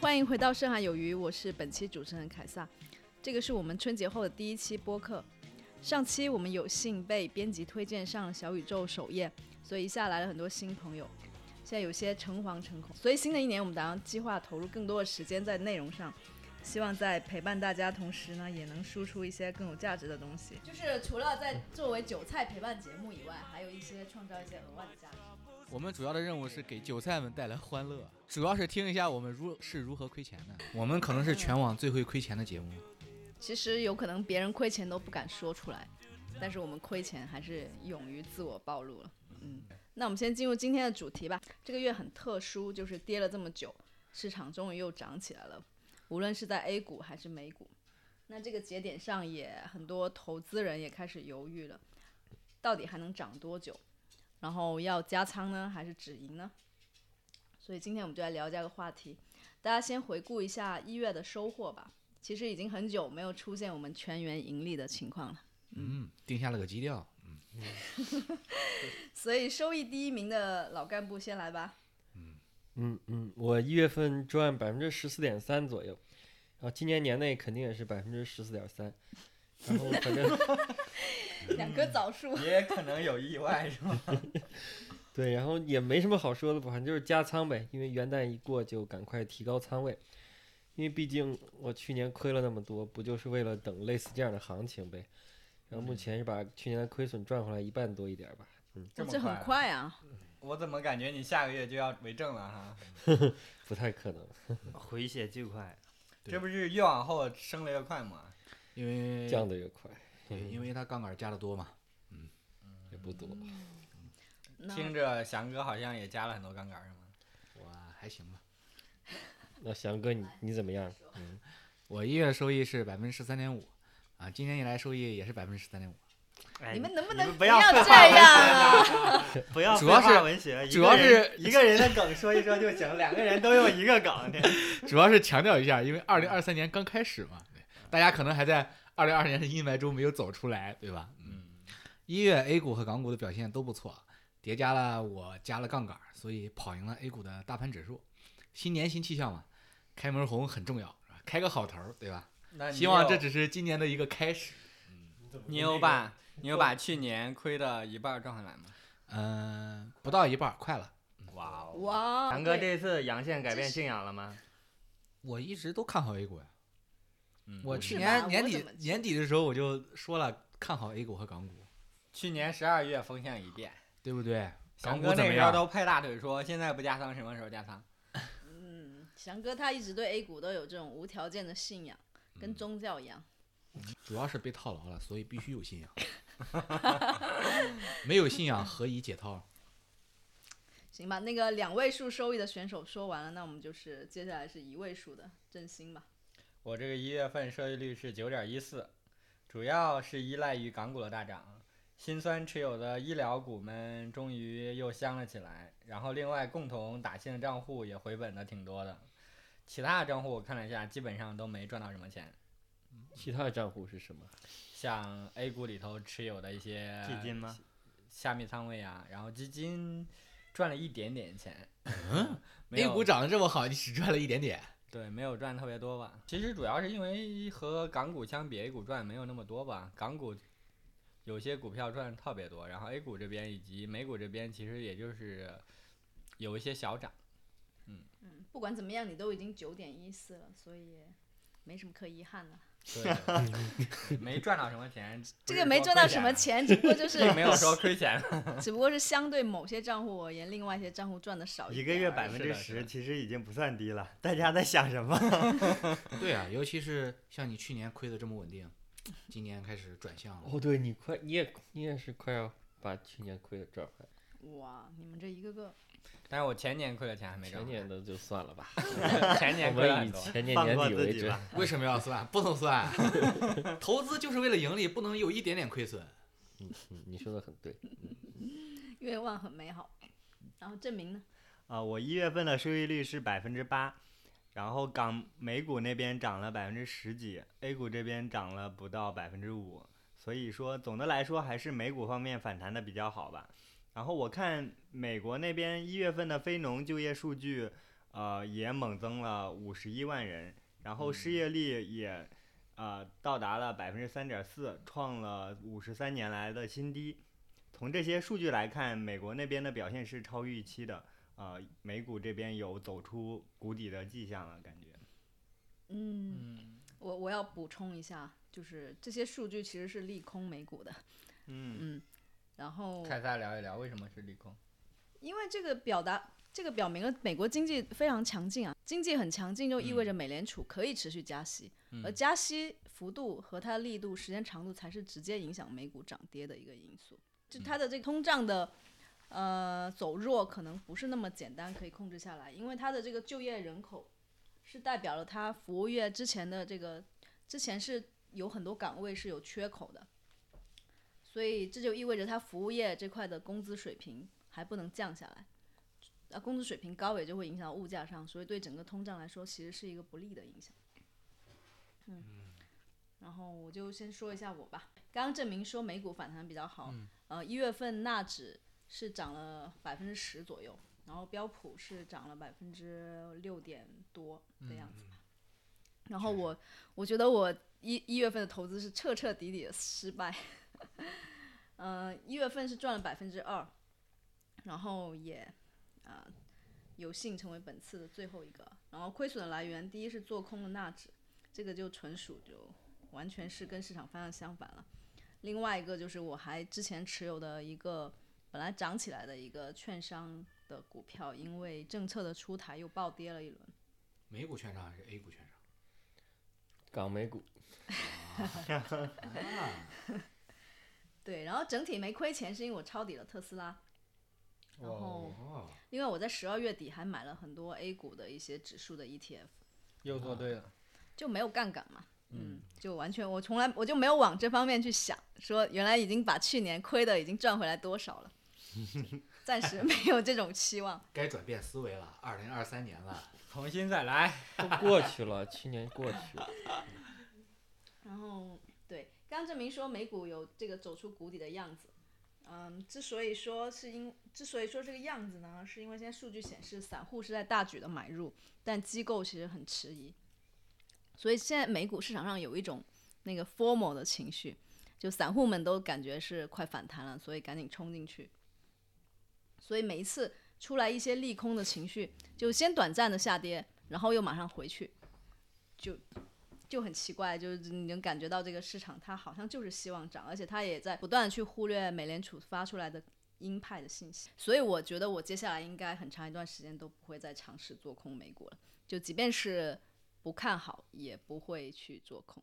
欢迎回到《深海有鱼》，我是本期主持人凯撒。这个是我们春节后的第一期播客。上期我们有幸被编辑推荐上了小宇宙首页，所以一下来了很多新朋友。现在有些诚惶诚恐，所以新的一年我们打算计划投入更多的时间在内容上，希望在陪伴大家同时呢，也能输出一些更有价值的东西。就是除了在作为韭菜陪伴节目以外，还有一些创造一些额外的价值。我们主要的任务是给韭菜们带来欢乐，主要是听一下我们如是如何亏钱的。我们可能是全网最会亏钱的节目。其实有可能别人亏钱都不敢说出来，但是我们亏钱还是勇于自我暴露了。嗯，那我们先进入今天的主题吧。这个月很特殊，就是跌了这么久，市场终于又涨起来了，无论是在 A 股还是美股。那这个节点上也很多投资人也开始犹豫了，到底还能涨多久？然后要加仓呢，还是止盈呢？所以今天我们就来聊这个话题。大家先回顾一下一月的收获吧。其实已经很久没有出现我们全员盈利的情况了，嗯，定下了个基调。所以收益第一名的老干部先来吧。嗯嗯，我一月份赚百分之十四点三左右，然后今年年内肯定也是百分之十四点三，然后反 正嗯两棵枣 树，也可能有意外，是吗？对，然后也没什么好说的，反正就是加仓呗，因为元旦一过就赶快提高仓位，因为毕竟我去年亏了那么多，不就是为了等类似这样的行情呗？然嗯后目前是把去年的亏损赚回来一半多一点吧。这 么这很啊，快啊！ 我怎么感觉你下个月就要为政了哈？不太可能，回血巨快，对这不是越往后升的越快吗？因哎为降的越快，对因为他杠杆加的多嘛。也不多。嗯啊那听着，翔哥好像也加了很多杠杆，是吗？我还行吧，那翔哥你你怎么样？我一月收益是百分之十三点五，啊，今年以来收益也是百分之十三点 五。哎，你你们能不能不要废这话文样啊？学 了，不要主要废话是文学，一主个要人是一个人的梗说一说就行，两个人都用一个梗，这主要是强调一下，因为二零二三年刚开始嘛，对大家可能还在二零二二年的阴霾中没有走出来，对吧？嗯，嗯，一月 A 股和港股的表现都不错，叠加了我加了杠杆，所以跑赢了 A 股的大盘指数。新年新气象嘛，开门红很重要，是吧开个好头，对吧？那你希望有这只是今年的一个开始。你有把你有把去年亏的一半赚回来吗？嗯、不到一半儿，快了。哇哦！哇，强哥对这次阳线改变信仰了吗？我一直都看好 A 股呀，嗯我去是年吗年我底怎么记年底的时候我就说了看好 A 股和港股，去年十二月风向一变，对不对？港翔股哥怎那么时候样？都拍大腿说现在不加仓，什么时候加仓？嗯，翔哥他一直对 A 股都有这种无条件的信仰，嗯跟宗教一样。主要是被套牢了，所以必须有信仰。 没有信仰何以解套？行吧，那个两位数收益的选手说完了，那我们就是接下来是一位数的振兴吧。我这个一月份收益率是九点一四，主要是依赖于港股的大涨。心酸持有的医疗股们终于又香了起来，然后另外共同打新的账户也回本的挺多的，其他的账户我看了一下，基本上都没赚到什么钱。其他的账户是什么？像 A 股里头持有的一些基金吗？下面仓位啊，然后基金赚了一点点钱，没 A 有股涨得这么好，你只赚了一点点。对，没有赚特别多吧。其实主要是因为和港股相比，A 股赚没有那么多吧。港股有些股票赚特别多，然后 A 股这边以及美股这边其实也就是有一些小涨。嗯，不管怎么样，你都已经九点一四了，所以没什么可遗憾的。对， 没赚到什么钱，不这是个没说赚亏到什钱么啊，钱，只不过就是 并没有说亏钱。只不过是相对某些账户而言，另外一些账户赚的少哦一点个月而百已分哎是之的是的十其实已经不算低了，大家在想什么？对啊，尤其是像你去年亏的这么稳定，今年开始转向了。 哦，对你快，你也你也是快要把去年亏的赚回来，哇，你们这一个个，但是我前年亏的钱还没前赚，年的就算 了吧。前我年亏了们以很多。前年放年过底自为己准吧。为什么要算？不能算，投资就是为了盈利，不能有一点点亏损。嗯，嗯 你说的很对。愿望很美好。然后证明呢？啊，我一月份的收益率是百分之八，然后港美股那边涨了百分之十几，A 股这边涨了不到百分之五，所以说总的来说还是美股方面反弹的比较好吧。然后我看美国那边一月份的非农就业数据，呃，也猛增了五十一万人，然后失业率也呃到达了百分之三点四，创了五十三年来的新低。从这些数据来看，美国那边的表现是超预期的，呃，美股这边有走出谷底的迹象了，感觉。嗯，嗯，我我要补充一下，就是这些数据其实是利空美股的，嗯嗯，然后凯撒聊一聊为什么是利空？因为这个表达，这个表明了美国经济非常强劲啊，经济很强劲就意味着美联储可以持续加息，而嗯加息幅度和它力度、时间长度才是直接影响美股涨跌的一个因素。就它的这个通胀的呃走弱，可能不是那么简单可以控制下来，因为它的这个就业人口是代表了它服务业之前的这个之前是有很多岗位是有缺口的，所以这就意味着它服务业这块的工资水平还不能降下来。啊，工资水平高也就会影响到物价上，所以对整个通胀来说，其实是一个不利的影响。嗯然后我就先说一下我吧。刚刚证明说美股反弹比较好，呃，一月份纳指是涨了百分之十左右，然后标普是涨了百分之六点多的样子吧。然后我我觉得我一一月份的投资是彻彻底底的失败，嗯、一月份是赚了百分之二，然后也啊、呃有幸成为本次的最后一个。然后亏损的来源，第一是做空的纳指，这个就纯属就完全是跟市场方向相反了。另外一个就是我还之前持有的一个本来涨起来的一个券商的股票，因为政策的出台又暴跌了一轮。美股券商还是 A 股券商？港美股啊，对，然后整体没亏钱，是因为我抄底了特斯拉。然后，哦，另外我在十二月底还买了很多 A 股的一些指数的 ETF， 又做对了，就没有杠杆嘛，嗯，就完全我从来我就没有往这方面去想，说原来已经把去年亏的已经赚回来多少了， 暂时没有这种期望。该转变思维了，二零二三年了，重新再来。都过去了， 去年过去了。然后对，刚刚证明说美股有这个走出谷底的样子。嗯，之所以说是因，之所以说这个样子呢，是因为现在数据显示散户是在大举的买入，但机构其实很迟疑，所以现在美股市场上有一种那个 formal 的情绪，就散户们都感觉是快反弹了，所以赶紧冲进去。所以每一次出来一些利空的情绪，就先短暂的下跌，然后又马上回去，就就很奇怪，就是你能感觉到这个市场它好像就是希望涨，而且它也在不断的去忽略美联储发出来的鹰派的信息。所以我觉得我接下来应该很长一段时间都不会再尝试做空美股了，就即便是不看好，也不会去做空。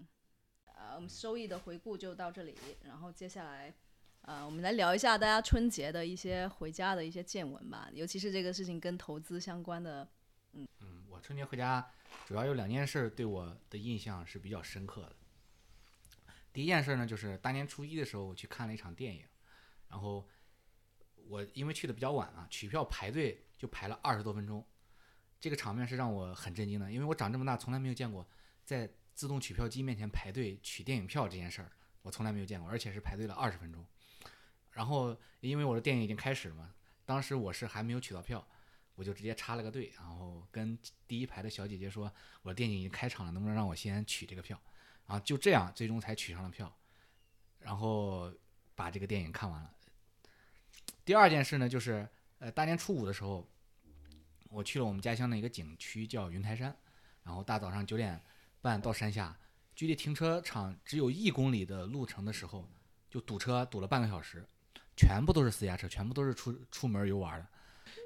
呃，我们收益的回顾就到这里，然后接下来。呃，我们来聊一下大家春节的一些回家的一些见闻吧，尤其是这个事情跟投资相关的。嗯，我春节回家主要有两件事儿对我的印象是比较深刻的。第一件事儿呢，就是大年初一的时候我去看了一场电影，然后我因为去的比较晚啊，取票排队就排了二十多分钟，这个场面是让我很震惊的，因为我长这么大从来没有见过在自动取票机面前排队取电影票这件事儿，我从来没有见过，而且是排队了二十分钟。然后因为我的电影已经开始了嘛，当时我是还没有取到票，我就直接插了个队，然后跟第一排的小姐姐说，我的电影已经开场了，能不能让我先取这个票？然后就这样，最终才取上了票，然后把这个电影看完了。第二件事呢，就是呃大年初五的时候，我去了我们家乡的一个景区叫云台山，然后大早上九点半到山下，距离停车场只有一公里的路程的时候，就堵车堵了半个小时，全部都是私家车，全部都是出出门游玩的。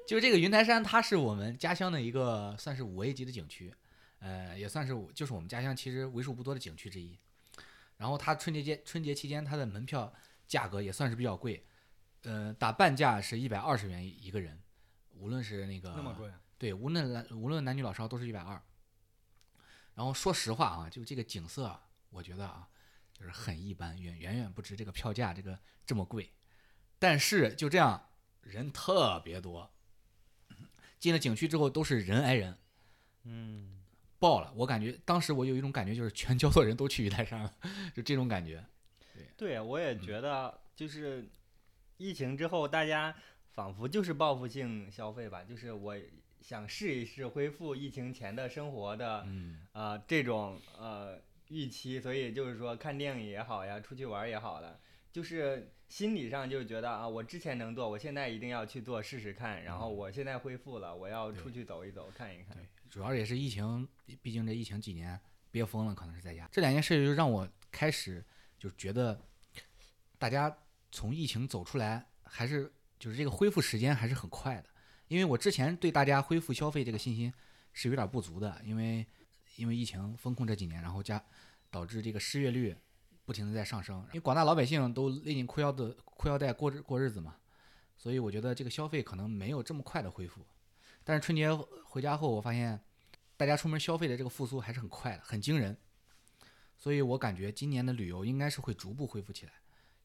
就这个云台山，它是我们家乡的一个算是五 A 级的景区，呃，也算是我就是我们家乡其实为数不多的景区之一。然后它春节节春节期间，它的门票价格也算是比较贵，呃，打半价是一百二十元一个人，无论是那个那么贵啊？对，无论男无论男女老少都是一百二。然后说实话啊，就这个景色啊，我觉得啊，就是很一般，远远远不值这个票价这个这么贵。但是就这样，人特别多。进了景区之后都是人挨人，嗯，爆了！我感觉当时我有一种感觉，就是全 焦作人都去玉台山了，就这种感觉。啊对，啊我也觉得就是疫情之后，大家仿佛就是报复性消费吧，就是我想试一试恢复疫情前的生活的嗯，呃这种呃预期，所以就是说看电影也好呀，出去玩儿也好了，就是心理上就是觉得啊，我之前能做，我现在一定要去做试试看，然后嗯我现在恢复了，我要对出去走一走，看一看对。，主要也是疫情，毕竟这疫情几年憋疯了，可能是在家。这两件事就让我开始就觉得，大家从疫情走出来，还是就是这个恢复时间还是很快的。因为我之前对大家恢复消费这个信心是有点不足的，因为因为疫情风控这几年，然后加导致这个失业率不停的在上升，因为广大老百姓都勒紧裤腰子裤腰带过日过日子嘛，所以我觉得这个消费可能没有这么快的恢复。但是春节回家后，我发现大家出门消费的这个复苏还是很快的，很惊人。所以我感觉今年的旅游应该是会逐步恢复起来，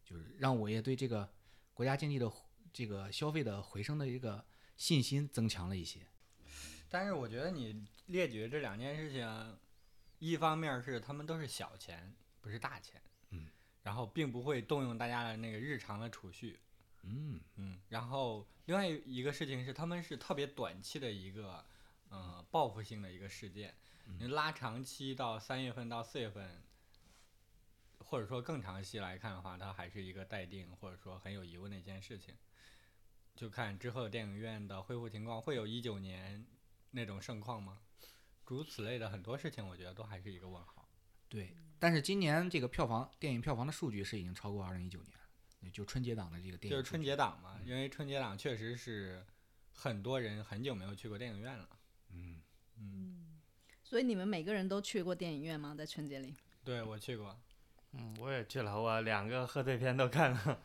就是让我也对这个国家经济的这个消费的回升的一个信心增强了一些。但是我觉得你列举的这两件事情，一方面是他们都是小钱，不是大钱，嗯，然后并不会动用大家的那个日常的储蓄，嗯，嗯，然后另外一个事情是，他们是特别短期的一个，呃，报复性的一个事件。你拉长期到三月份到四月份，或者说更长期来看的话，它还是一个待定或者说很有疑问的一件事情。就看之后电影院的恢复情况，会有一九年那种盛况吗？诸如此类的很多事情，我觉得都还是一个问号。对。但是今年这个票房电影票房的数据是已经超过二零一九年了，也就春节档的这个电影就是数据，春节档嘛，因为春节档确实是很多人很久没有去过电影院了。嗯，嗯。所以你们每个人都去过电影院吗？在春节里？对，我去过，嗯，我也去了，我两个贺岁片都看了。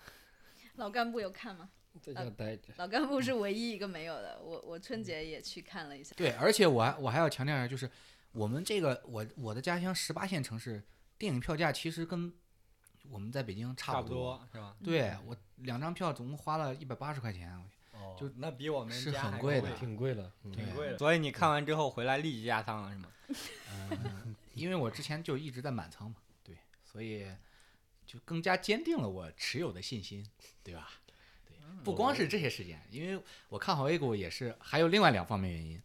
老干部有看吗？在呃家待着。老干部是唯一一个没有的。我我春节也去看了一下。对。而且我还我还要强调一下，就是我们这个我我的家乡十八线城市电影票价其实跟我们在北京差差不不多是吧？对我两张票总共花了一百八十块钱，哦就那比我们是家很还贵贵的啊，挺贵的，嗯对挺贵的。所以你看完之后回来立即加仓了是吗？嗯，因为我之前就一直在满仓嘛，对，所以就更加坚定了我持有的信心，对吧？对，不光是这些事件，因为我看好 A 股也是还有另外两方面原因，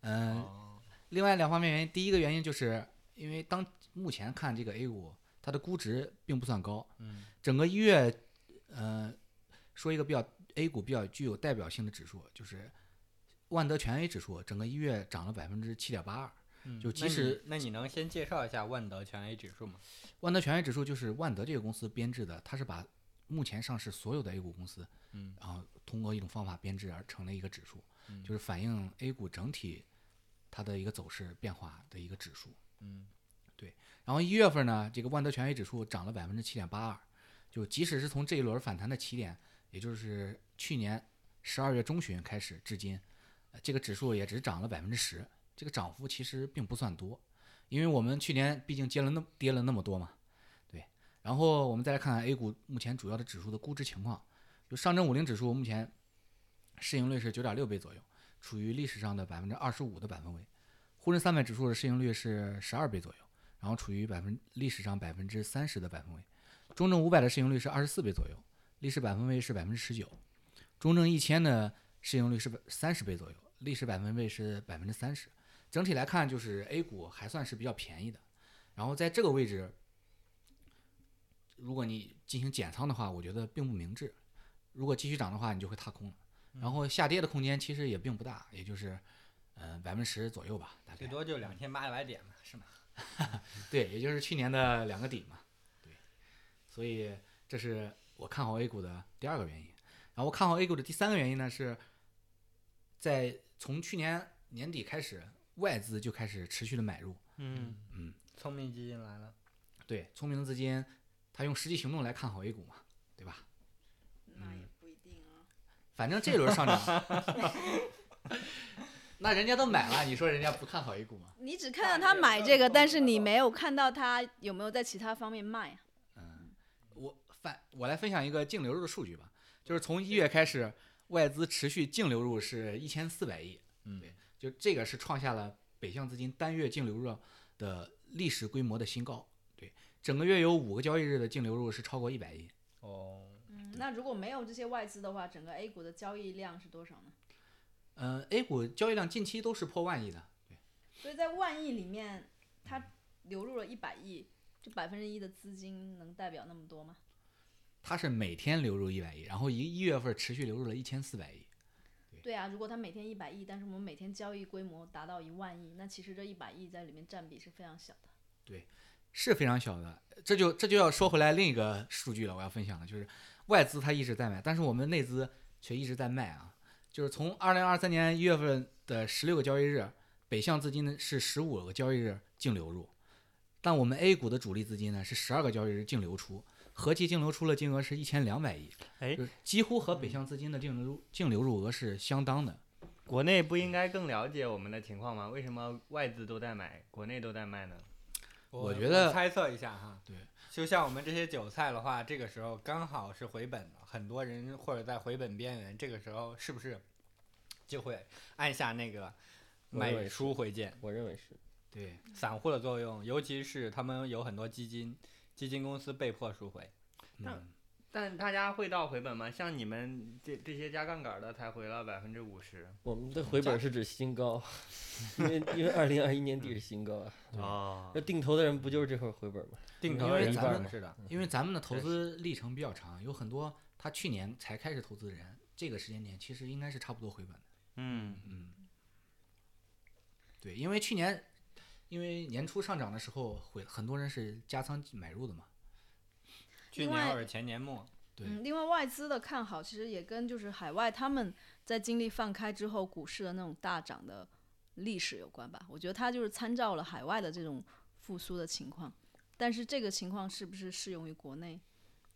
嗯、哦，另外两方面原因，第一个原因就是因为当目前看这个 A 股，它的估值并不算高，嗯，整个一月，呃，说一个比较 A 股比较具有代表性的指数，就是万德全 A 指数，整个一月涨了百分之七点八二。嗯就那即你使那你能先介绍一下万德全 A 指数吗？万德全 A 指数就是万德这个公司编制的，它是把目前上市所有的 A 股公司，嗯然后通过一种方法编制而成了一个指数，嗯就是反映 A 股整体它的一个走势变化的一个指数。嗯然后一月份呢，这个万德全 A 指数涨了百分之七点八二，就即使是从这一轮反弹的起点，也就是去年十二月中旬开始至今，呃这个指数也只涨了百分之十，这个涨幅其实并不算多，因为我们去年毕竟跌了那么跌了那么多嘛，对。然后我们再来看看 A 股目前主要的指数的估值情况，就上证五零指数目前市盈率是九点六倍左右，处于历史上的百分之二十五的百分位，沪深三百指数的市盈率是十二倍左右。然后处于百分历史上百分之三十的百分位，中证五百的市盈率是二十四倍左右，历史百分位是百分之十九，中证一千的市盈率是三十倍左右，历史百分位是百分之三十。整体来看，就是 A 股还算是比较便宜的。然后在这个位置，如果你进行减仓的话，我觉得并不明智。如果继续涨的话，你就会踏空了。然后下跌的空间其实也并不大，也就是，呃，百分之十左右吧，大概。最多就两千八百点嘛，是吗？对，也就是去年的两个底嘛。对，所以这是我看好 A 股的第二个原因。然后我看好 A 股的第三个原因呢，是在从去年年底开始，外资就开始持续的买入。嗯，嗯，聪明基金来了，对，聪明的资金，他用实际行动来看好 A 股嘛，对吧？那也不一定啊。反正这轮上涨，那人家都买了，你说人家不看好 A 股吗？你只看到他买这个，但是你没有看到他有没有在其他方面卖啊。嗯，我反我来分享一个净流入的数据吧，就是从一月开始，外资持续净流入是一千四百亿，嗯对就这个是创下了北向资金单月净流入的历史规模的新高。对，整个月有五个交易日的净流入是超过一百亿，哦，嗯，那如果没有这些外资的话，整个 A 股的交易量是多少呢？嗯、a 股交易量近期都是破万亿的，对，所以在万亿里面，它流入了一百亿，这百分之一的资金能代表那么多吗？它是每天流入一百亿，然后一一月份持续流入了一千四百亿，对啊，如果它每天一百亿，但是我们每天交易规模达到一万亿，那其实这一百亿在里面占比是非常小的。是非常小的。这就这就要说回来另一个数据了，我要分享的就是外资它一直在买，但是我们内资却一直在卖啊。就是从二零二三年一月份的十六个交易日，北向资金呢是十五个交易日净流入，但我们 A 股的主力资金呢是十二个交易日净流出，合计净流出的金额是一千两百亿，哎就是几乎和北向资金的净流入净流入额是相当的。国内不应该更了解我们的情况吗？为什么外资都在买，国内都在卖呢？我觉得猜测一下哈，对，就像我们这些韭菜的话，这个时候刚好是回本的，很多人或者在回本边缘，这个时候是不是就会按下那个我认为买出回键？我认为是。对，散户的作用，尤其是他们有很多基金，基金公司被迫赎回。那嗯，但大家会到回本吗？像你们这这些加杠杆的才回了百分之五十我们的回本是指新 高，因为因为二零二一年底是新高啊。对哦那定投的人不就是这会儿回本吗？定投因为人咱可们能是的，嗯因为咱们的投资历程比较长，有很多他去年才开始投资的人，这个时间点其实应该是差不多回本的。嗯，嗯，对，因为去年因为年初上涨的时候，会很多人是加仓买入的嘛。去另年外或者前年末，对，嗯，另外外资的看好其实也跟就是海外他们在经历放开之后股市的那种大涨的历史有关吧。我觉得它就是参照了海外的这种复苏的情况，但是这个情况是不是适用于国内？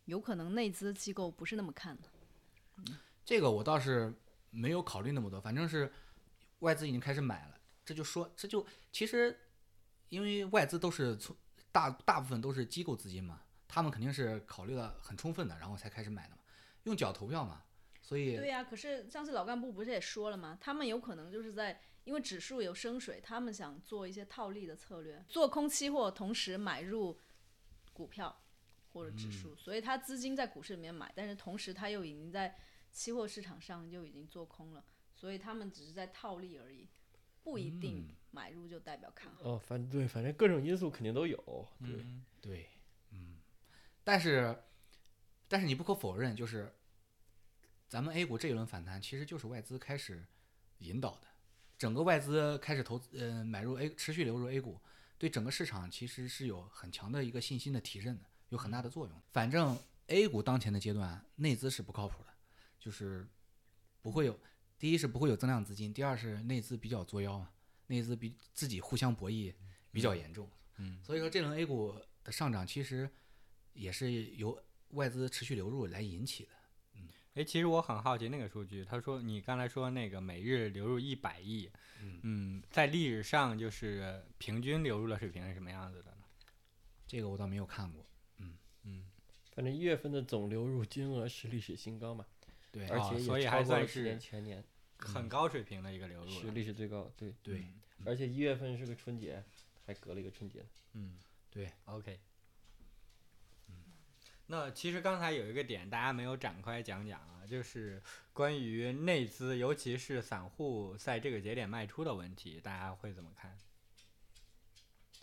有可能内资机构不是那么看的。这个我倒是没有考虑那么多，反正是外资已经开始买了，这就说这就其实因为外资都是从大大部分都是机构资金嘛，他们肯定是考虑的很充分的，然后才开始买的嘛，用脚投票嘛，所以对呀、可是上次老干部不是也说了吗？他们有可能就是在因为指数有升水，他们想做一些套利的策略，做空期货，同时买入股票或者指数，所以他资金在股市里面买，但是同时他又已经在期货市场上就已经做空了，所以他们只是在套利而已，不一定嗯买入就代表看好。哦，反对，反正各种因素肯定都有。对，嗯，对，嗯，但是，但是你不可否认，就是咱们 A 股这一轮反弹，其实就是外资开始引导的，整个外资开始投资，呃，买入 A，持续流入 A 股，对整个市场其实是有很强的一个信心的提振的，有很大的作用。反正 A 股当前的阶段，内资是不靠谱的，就是不会有，第一是不会有增量资金，第二是内资比较作妖嘛，内资比自己互相博弈比较严重。嗯所以说这轮 A 股的上涨其实也是由外资持续流入来引起的。哎，其实我很好奇那个数据，他说你刚才说那个每日流入一百亿，嗯嗯，在历史上就是平均流入的水平是什么样子嗯的呢？这个我倒没有看过。嗯，反正一月份的总流入金额是历史新高嘛，对啊而哦且所以也还超过算了去年是全年，很高水平的一个流入是了。历史最高。对，对而且一月份是个春节，还隔了一个春节。嗯，对，OK。那嗯其实刚才有一个点大家没有展开讲讲啊，就是关于内资，尤其是散户在这个节点卖出的问题，大家会怎么看？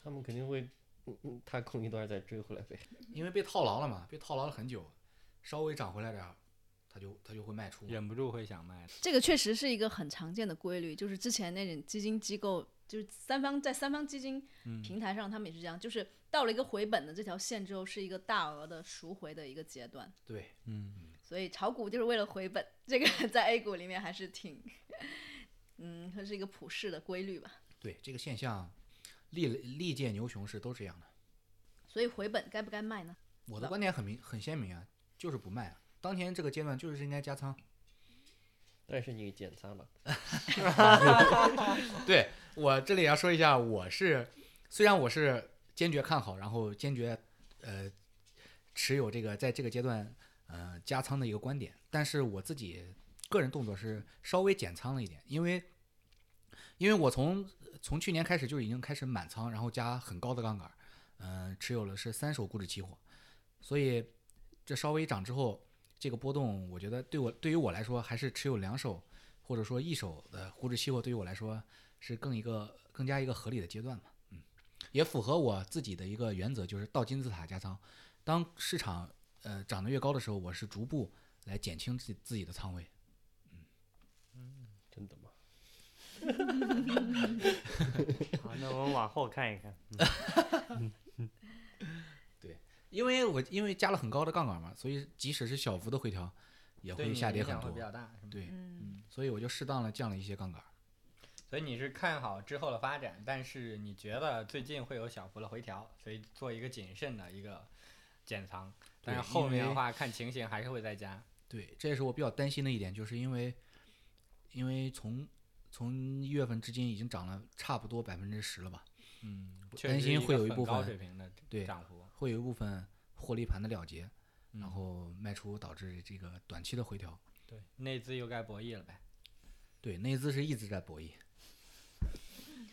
他们肯定会，嗯嗯，他空一段再追回来呗。因为被套牢了嘛，被套牢了很久，稍微涨回来点儿，它就它就会卖出。忍不住会想卖的。这个确实是一个很常见的规律，就是之前那种基金机构，就是三方在三方基金嗯平台上，他们也是这样，就是到了一个回本的这条线之后，是一个大额的赎回的一个阶段。对，嗯，所以炒股就是为了回本，这个 在 A 股里面还是挺，嗯，它是一个普世的规律吧。对，这个现象历历届牛熊市都这样的。所以回本该不该卖呢？我的观点很明很鲜明啊，就是不卖啊。当前这个阶段就是应该加仓。但是你减仓吧，对我这里要说一下，我是虽然我是坚决看好，然后坚决呃持有这个在这个阶段呃加仓的一个观点，但是我自己个人动作是稍微减仓了一点，因为因为我从从去年开始就已经开始满仓，然后加很高的杠杆，嗯、持有了是三手股指期货，所以这稍微一涨之后，这个波动我觉得对我对于我来说还是持有两手。或或者说一手的股指期货，对于我来说是更一个更加一个合理的阶段嘛，嗯，也符合我自己的一个原则，就是倒金字塔加仓。当市场呃涨得越高的时候，我是逐步来减轻自己自己的仓位。真的吗？ 好，那我们往后看一看。因为我因为加了很高的杠杆嘛，所以即使是小幅的回调，也对会你下跌影很响会多比。较大，是吗？对，嗯，所以我就适当的降了一些杠杆。所以你是看好之后的发展，但是你觉得最近会有小幅的回调，所以做一个谨慎的一个减仓。但是对后因面的为话看情形还是会再加。对，这也是我比较担心的一点，就是因为因为从从一月份至今已经涨了差不多百分之十了吧，嗯，我确担实心个会有一很部高分水平的对涨幅，会有一部分获利盘的了结，嗯然后卖出导致这个短期的回调。对内资又该博弈了呗。对，内资是一直在博弈。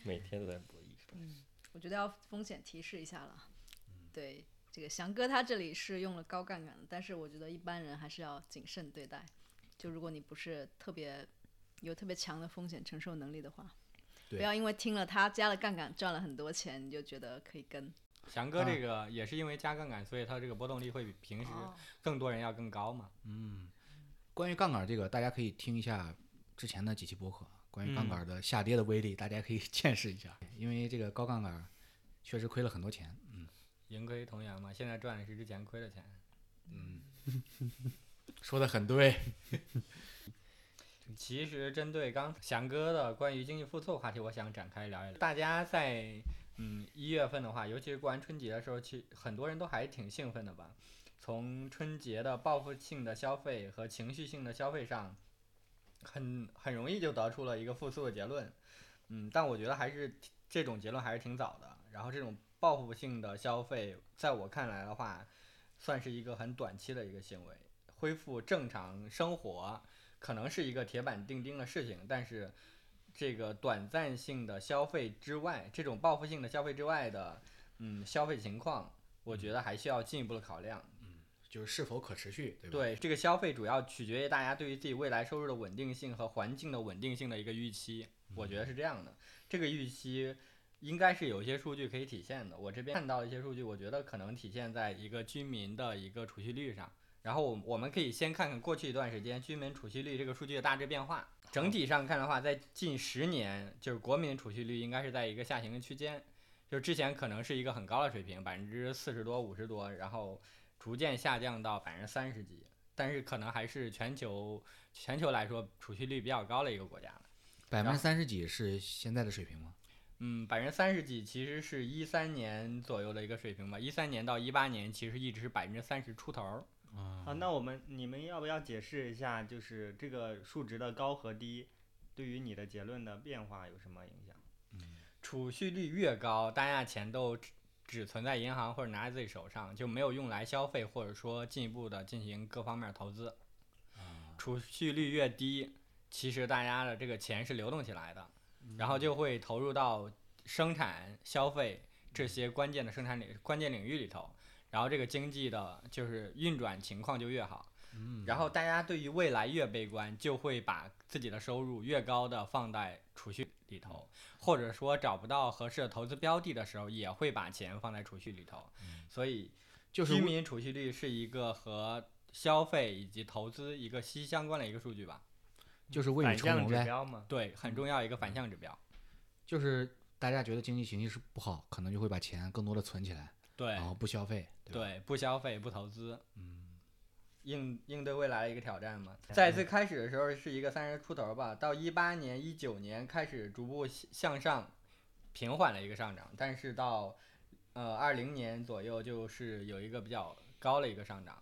每天都在博弈，我觉得要风险提示一下了。 对，这个翔哥他这里是用了高杠杆的，但是我觉得一般人还是要谨慎对待。就如果你不是特别有特别强的风险承受能力的话，不对要因为听了他加了杠杆赚了很多钱，你就觉得可以跟。翔哥这个也是因为加杠杆，所以它这个波动率会比平时哦更多人要更高嘛。嗯，关于杠杆这个，大家可以听一下之前的几期播客，啊关于杠嗯杆的下跌的威力，大家可以 见识一下。因为这个高杠杆确实亏了很多钱。嗯盈亏同源嘛，现在赚的是之前亏的钱。嗯，说的很对。其实针对刚翔哥的关于经济复苏话题，我想展开聊一聊。大家在嗯一月份的话，尤其是过完春节的时候，其实很多人都还挺兴奋的吧？从春节的报复性的消费和情绪性的消费上，很很容易就得出了一个复苏的结论。嗯，但我觉得还是挺这种结论还是挺早的。然后这种报复性的消费，在我看来的话，算是一个很短期的一个行为。恢复正常生活可能是一个铁板钉钉的事情，但是这个短暂性的消费之外，这种报复性的消费之外的，嗯，消费情况，我觉得还需要进一步的考量。就是是否可持续，对吧？对，这个消费主要取决于大家对于自己未来收入的稳定性和环境的稳定性的一个预期，我嗯觉得是这样的。这个预期应该是有一些数据可以体现的。我这边看到一些数据，我觉得可能体现在一个居民的一个储蓄率上。然后我我们可以先看看过去一段时间居民储蓄率这个数据的大致变化。整体上看的话，在近十年，就是国民储蓄率应该是在一个下行的区间，就是之前可能是一个很高的水平，百分之四十多、五十多，然后逐渐下降到百分之三十几。但是可能还是全球全球来说储蓄率比较高的一个国家了。百分之三十几是现在的水平吗？嗯，百分之三十几其实是一三年左右的一个水平吧，一三年到一八年其实一直是百分之三十出头儿。好，啊那我们你们要不要解释一下，就是这个数值的高和低，对于你的结论的变化有什么影响？储蓄率越高，大家的钱都只只存在银行或者拿在自己手上，就没有用来消费或者说进一步的进行各方面的投资。储蓄率越低，其实大家的这个钱是流动起来的，然后就会投入到生产、消费这些关键的生产领关键领域里头，然后这个经济的就是运转情况就越好。嗯然后大家对于未来越悲观，就会把自己的收入越高的放在储蓄里头，或者说找不到合适的投资标的的时候，也会把钱放在储蓄里头。所以，嗯就是居为民储蓄率是一个和消费以及投资一个息息相关的一个数据吧？就是未雨反绸向缪指呗，标嘛。对，嗯很重要一个反向指标。就是大家觉得经济形势是不好，可能就会把钱更多的存起来，对然后不消费，对吧？对，不消费不投资，嗯，应应对未来的一个挑战嘛。嗯在最开始的时候是一个三十出头吧，到一八年、一九年开始逐步向向上，平缓的一个上涨，但是到呃二零年左右就是有一个比较高的一个上涨。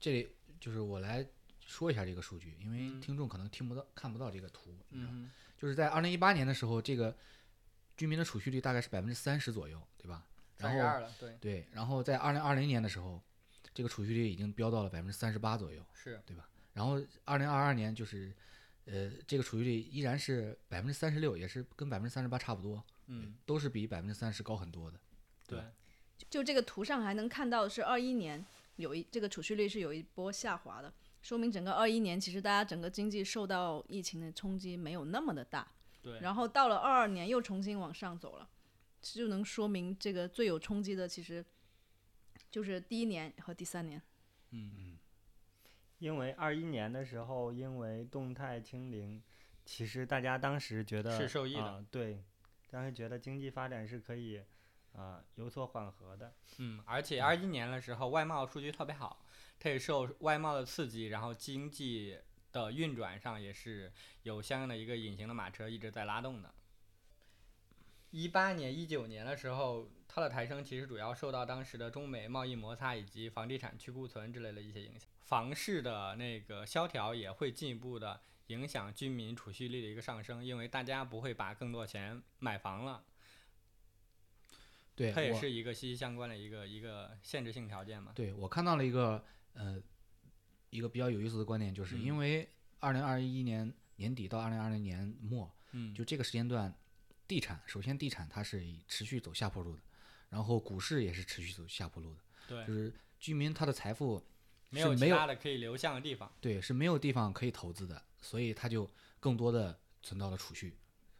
这里就是我来说一下这个数据，因为嗯听众可能听不到、看不到这个图。你知道吗，嗯，就是在二零一八年的时候，这个居民的储蓄率大概是百分之三十左右，对吧？三然十后二了，对，对，然后在二零二零年的时候，这个储蓄率已经飙到了百分之三十八左右。是然后二零二二年就是，呃，这个储蓄率依然是百分之三十六，也是跟百分之三十八差不多，嗯，都是比百分之三十高很多的。对，就这个图上还能看到是二一年有一这个储蓄率是有一波下滑的，说明整个二一年其实大家整个经济受到疫情的冲击没有那么的大。对然后到了二二年又重新往上走了，就能说明这个最有冲击的其实就是第一年和第三年。嗯因为二一年的时候，因为动态清零，其实大家当时觉得是受益的啊对，当时觉得经济发展是可以啊、有所缓和的。嗯，而且二一年的时候，外贸数据特别好，它也受外贸的刺激，然后经济的运转上也是有相应的一个隐形的马车一直在拉动的。一八年、一九年的时候，它的抬升其实主要受到当时的中美贸易摩擦以及房地产去库存之类的一些影响，房市的那个萧条也会进一步的影响居民储蓄率的一个上升，因为大家不会把更多钱买房了。对，它也我是一个息息相关的一个一个限制性条件嘛。对我看到了一个呃一个比较有意思的观点，就是嗯因为二零二一年年底到二零二零年末，嗯，就这个时间段，地产首先地产它是以持续走下坡路的，然后股市也是持续走下坡路的，对就，是居民他的财富没是有没其有他的可以流向的地方。对是没有地方可以投资的，所以他就更多的存到了储蓄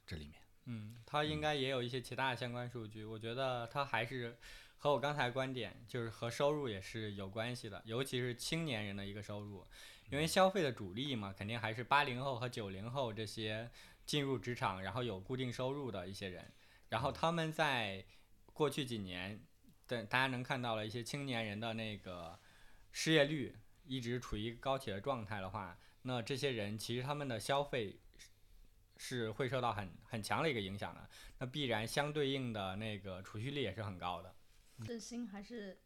这里面。嗯，它应该也有一些其他的相关数据。我觉得它还是和我刚才观点，就是和收入也是有关系的，尤其是青年人的一个收入，因为消费的主力嘛，肯定还是八零后和九零后这些进入职场然后有固定收入的一些人。然后他们在过去几年，对大家能看到了一些青年人的那个失业率一直处于一个高企的状态的话，那这些人其实他们的消费是会受到很很强的一个影响的，那必然相对应的那个储蓄率也是很高的。振兴还是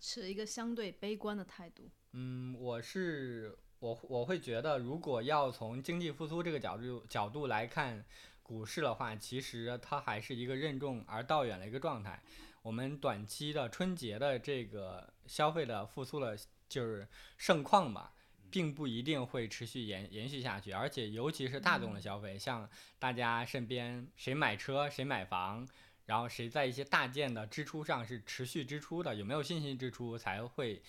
持一个相对悲观的态度。嗯，我是我我会觉得，如果要从经济复苏这个角度角度来看股市的话，其实它还是一个任重而道远的一个状态。我们短期的春节的这个消费的复苏的，就是盛况吧，并不一定会持续延延续下去，而且尤其是大众的消费，像大家身边谁买车谁买房，然后谁在一些大件的支出上是持续支出的，有没有信心支出才会。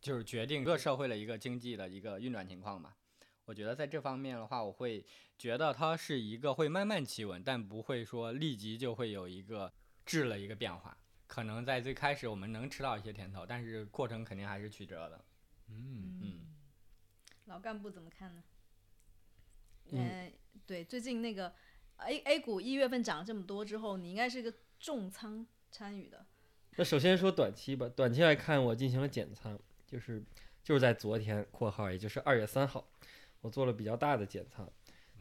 就是决定各社会的一个经济的一个运转情况吧。我觉得在这方面的话，我会觉得它是一个会慢慢企稳，但不会说立即就会有一个质的一个变化。可能在最开始我们能吃到一些甜头，但是过程肯定还是曲折的。嗯，嗯，老干部怎么看呢？嗯呃，对，最近那个 A A 股一月份涨了这么多之后，你应该是一个重仓参与的。那首先说短期吧，短期来看，我进行了减仓，就是就是在昨天（括号也就是二月三号），我做了比较大的减仓。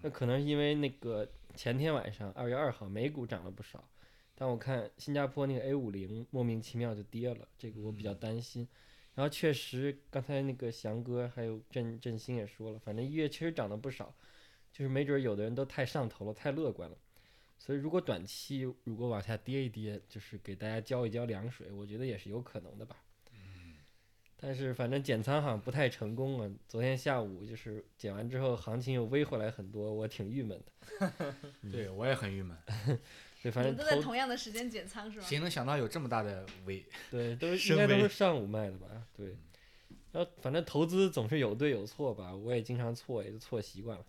那可能是因为那个前天晚上二月二号美股涨了不少，但我看新加坡那个 A 五零莫名其妙就跌了，这个我比较担心。然后确实，刚才那个翔哥还有振振兴也说了，反正一月确实涨了不少，就是没准儿有的人都太上头了，太乐观了。所以如果短期如果往下跌一跌，就是给大家浇一浇凉水，我觉得也是有可能的吧。但是反正减仓好像不太成功啊。昨天下午就是减完之后，行情又微回来很多，我挺郁闷的。对我也很郁闷，对，反你们正都在投同样的时间减仓是吗？谁能想到有这么大的危？对，都是深应该都微是上午卖的吧？对，嗯然后反正投资总是有对有错吧，我也经常错，也就错习惯了。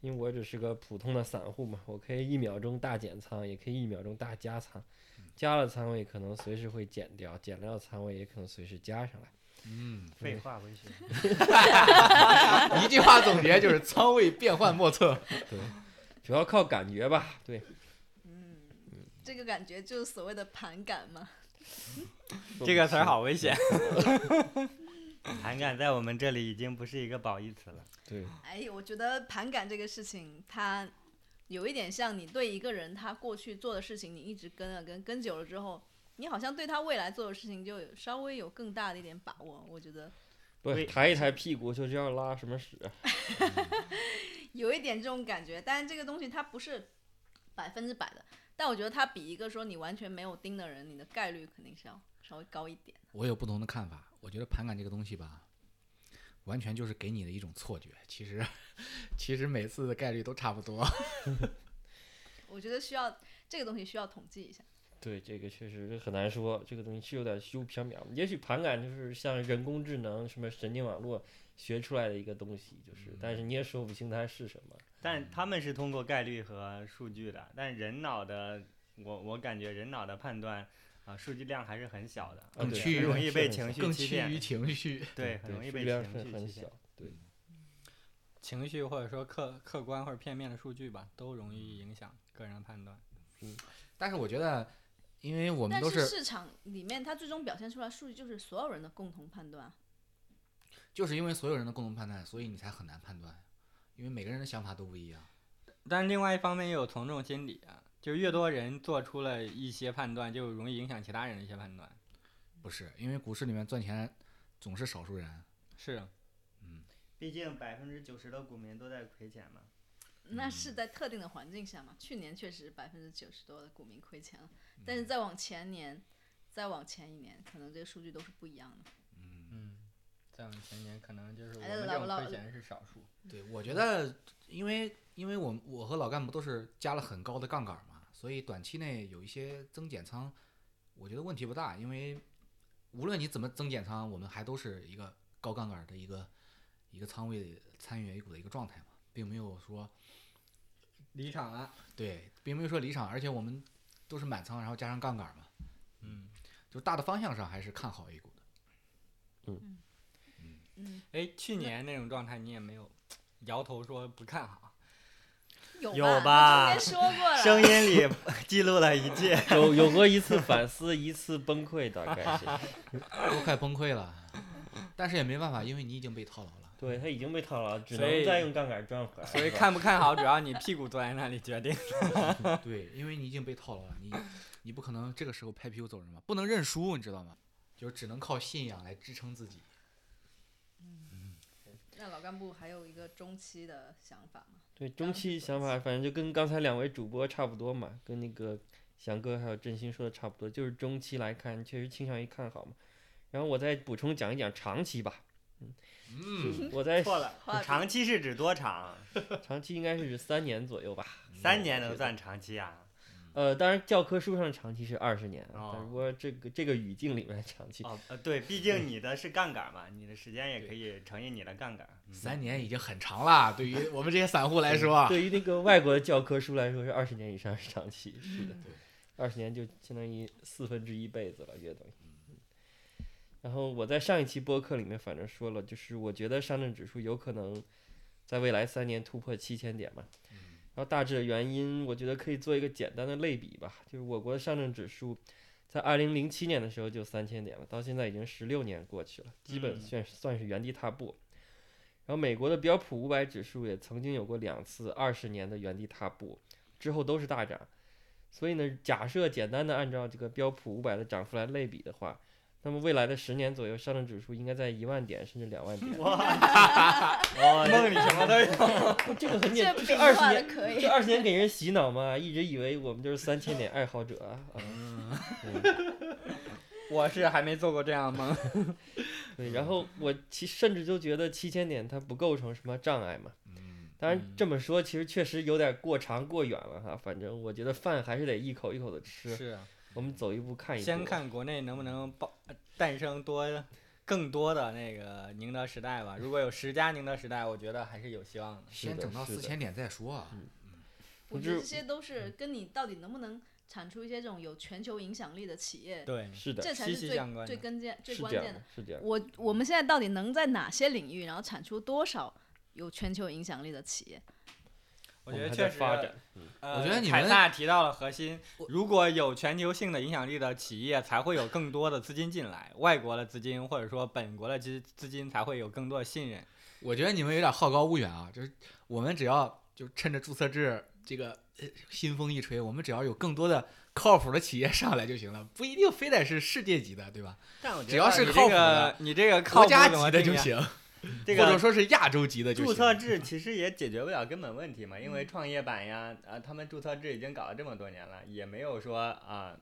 因为我只是个普通的散户嘛，我可以一秒钟大减仓，也可以一秒钟大加仓，嗯加了仓位可能随时会减掉，减了仓位也可能随时加上来。嗯，废话文 学， 一句话总结就是仓位变幻莫测。 主要靠感觉吧，对，嗯，这个感觉就是所谓的盘感嘛。这个词儿好危 险。谈感在我们这里已经不是一个褒义词了。对，哎，我觉得盘感这个事情，它有一点像你对一个人他过去做的事情，你一直跟啊跟，跟久了之后，你好像对他未来做的事情就有稍微有更大的一点把握。我觉得不对抬一抬屁股就知道拉什么屎啊，有一点这种感觉，但是这个东西它不是百分之百的，但我觉得它比一个说你完全没有盯的人，你的概率肯定是要稍微高一点。我有不同的看法，我觉得盘感这个东西吧，完全就是给你的一种错觉。其实， 其实每次的概率都差不多。我觉得需要这个东西需要统计一下。对，这个确实很难说，这个东西是有点虚无缥缈。也许盘感就是像人工智能、什么神经网络学出来的一个东西，就是，但是你也说不清它是什么。但他们是通过概率和数据的，但人脑的，我我感觉人脑的判断啊、数据量还是很小的，更对趋于很容易是被很情小绪更欺趋于骗，情绪。对，很容易数被据量情是绪很欺骗小。。对，情绪或者说客客观或者片面的数据吧，都容易影响个人的判断。但是我觉得，因为我们但都是是市场里面，它最终表现出来数据就是所有人的共同判断啊。就是因为所有人的共同判断，所以你才很难判断，因为每个人的想法都不一样。但另外一方面也有从众心理啊，就越多人做出了一些判断，就容易影响其他人的一些判断。不是，因为股市里面赚钱总是少数人。是，毕竟百分之九十的股民都在亏钱嘛。那是在特定的环境下嘛？去年确实百分之九十多的股民亏钱了，但是再往前年，再往前一年，可能这个数据都是不一样的。嗯，嗯，在我们前年可能就是我哎们老这种老亏钱是少数。对，我觉得，因为因为我我和老干部都是加了很高的杠杆嘛，所以短期内有一些增减仓，我觉得问题不大，因为无论你怎么增减仓，我们还都是一个高杠杆的一个一个仓位参与 A 股的一个状态嘛，并没有说离场了，对，并没有说离场，而且我们都是满仓，然后加上杠杆嘛，嗯，就是大的方向上还是看好 A 股的。嗯，哎，去年那种状态你也没有摇头说不看好，有有吧？吧他中间说过了，声音里记录了一切，有有过一次反思，一次崩溃，大概是。都快崩溃了， 但是也没办法，因为你已经被套牢了。对他已经被套牢，只所以能再用杠杆赚回来。 所以是吧看不看好主要你屁股坐在那里决定。对，因为你已经被套牢了，你你不可能这个时候拍屁股走人嘛，不能认输，你知道吗？就只能靠信仰来支撑自己。那老干部还有一个中期的想法嘛？对中期想法，反正就跟刚才两位主播差不多嘛，跟那个翔哥还有振兴说的差不多，就是中期来看，确实倾向于看好嘛。然后我再补充讲一讲长期吧，嗯，我在错了画， 长期是指多长？长期应该是指三年左右吧。嗯三年能算长期啊？呃，当然教科书上长期是二十年，啊哦但不过这个这个语境里面长期，哦，呃，对，毕竟你的是杠杆嘛，你的时间也可以乘以你的杠杆。嗯 三年已经很长了，对于我们这些散户来说，啊对于那个外国的教科书来说是二十年以上是长期，是的对，二十年就相当于四分之一辈子了，约等于。然后我在上一期播客里面反正说了，就是我觉得上证指数有可能在未来三年突破七千点嘛。嗯然后大致的原因，我觉得可以做一个简单的类比吧，就是我国的上证指数在二零零七年的时候就三千点了，到现在已经十六年过去了，基本嗯算算是原地踏步。然后美国的标普五百指数也曾经有过两次二十年的原地踏步，之后都是大涨。所以呢，假设简单的按照这个标普五百的涨幅来类比的话，那么未来的十年左右，上证指数应该在一万点甚至两万点。哇，梦里什么都有。 这个很这简单，就是笔二十画的年， 可以 这。二十年给人洗脑嘛，一直以为我们就是三千点爱好者啊。 我是还没做过这样的梦，对，然后我其甚至都觉得七千点它不构成什么障碍嘛。嗯，当然嗯这么说，其实确实有点过长过远了哈。反正我觉得饭还是得一口一口的吃，是我们走一步看一步。先看国内能不能爆呃诞生多更多的那个宁德时代吧。如果有十家宁德时代，我觉得还是有希望的。是的，先整到四是的千点再说啊。我就觉得是这些都是跟你到底能不能产出一些这种有全球影响力的企业，对，是的，这才是息息最相关最的关键、最是关这样键的的。，是这样的。我我们现在到底能在哪些领域，然后产出多少有全球影响力的企业？我们觉得还确在实发展，呃我觉得你凯们撒提到了核心我，如果有全球性的影响力的企业，才会有更多的资金进来，外国的资金或者说本国的资资金才会有更多的信任。我觉得你们有点好高骛远啊，就是我们只要就趁着注册制这个呃新风一吹，我们只要有更多的靠谱的企业上来就行了，不一定非得是世界级的，对吧？但我觉只要得是靠你这谱的个，你这个靠国谱家怎么级的定就呀。行，这或者个说是亚洲级的就行。注 册制其实也解决不了根本问题嘛，因嗯为创业板呀，啊，他们注册制已经搞了这么多年了，也没有说啊、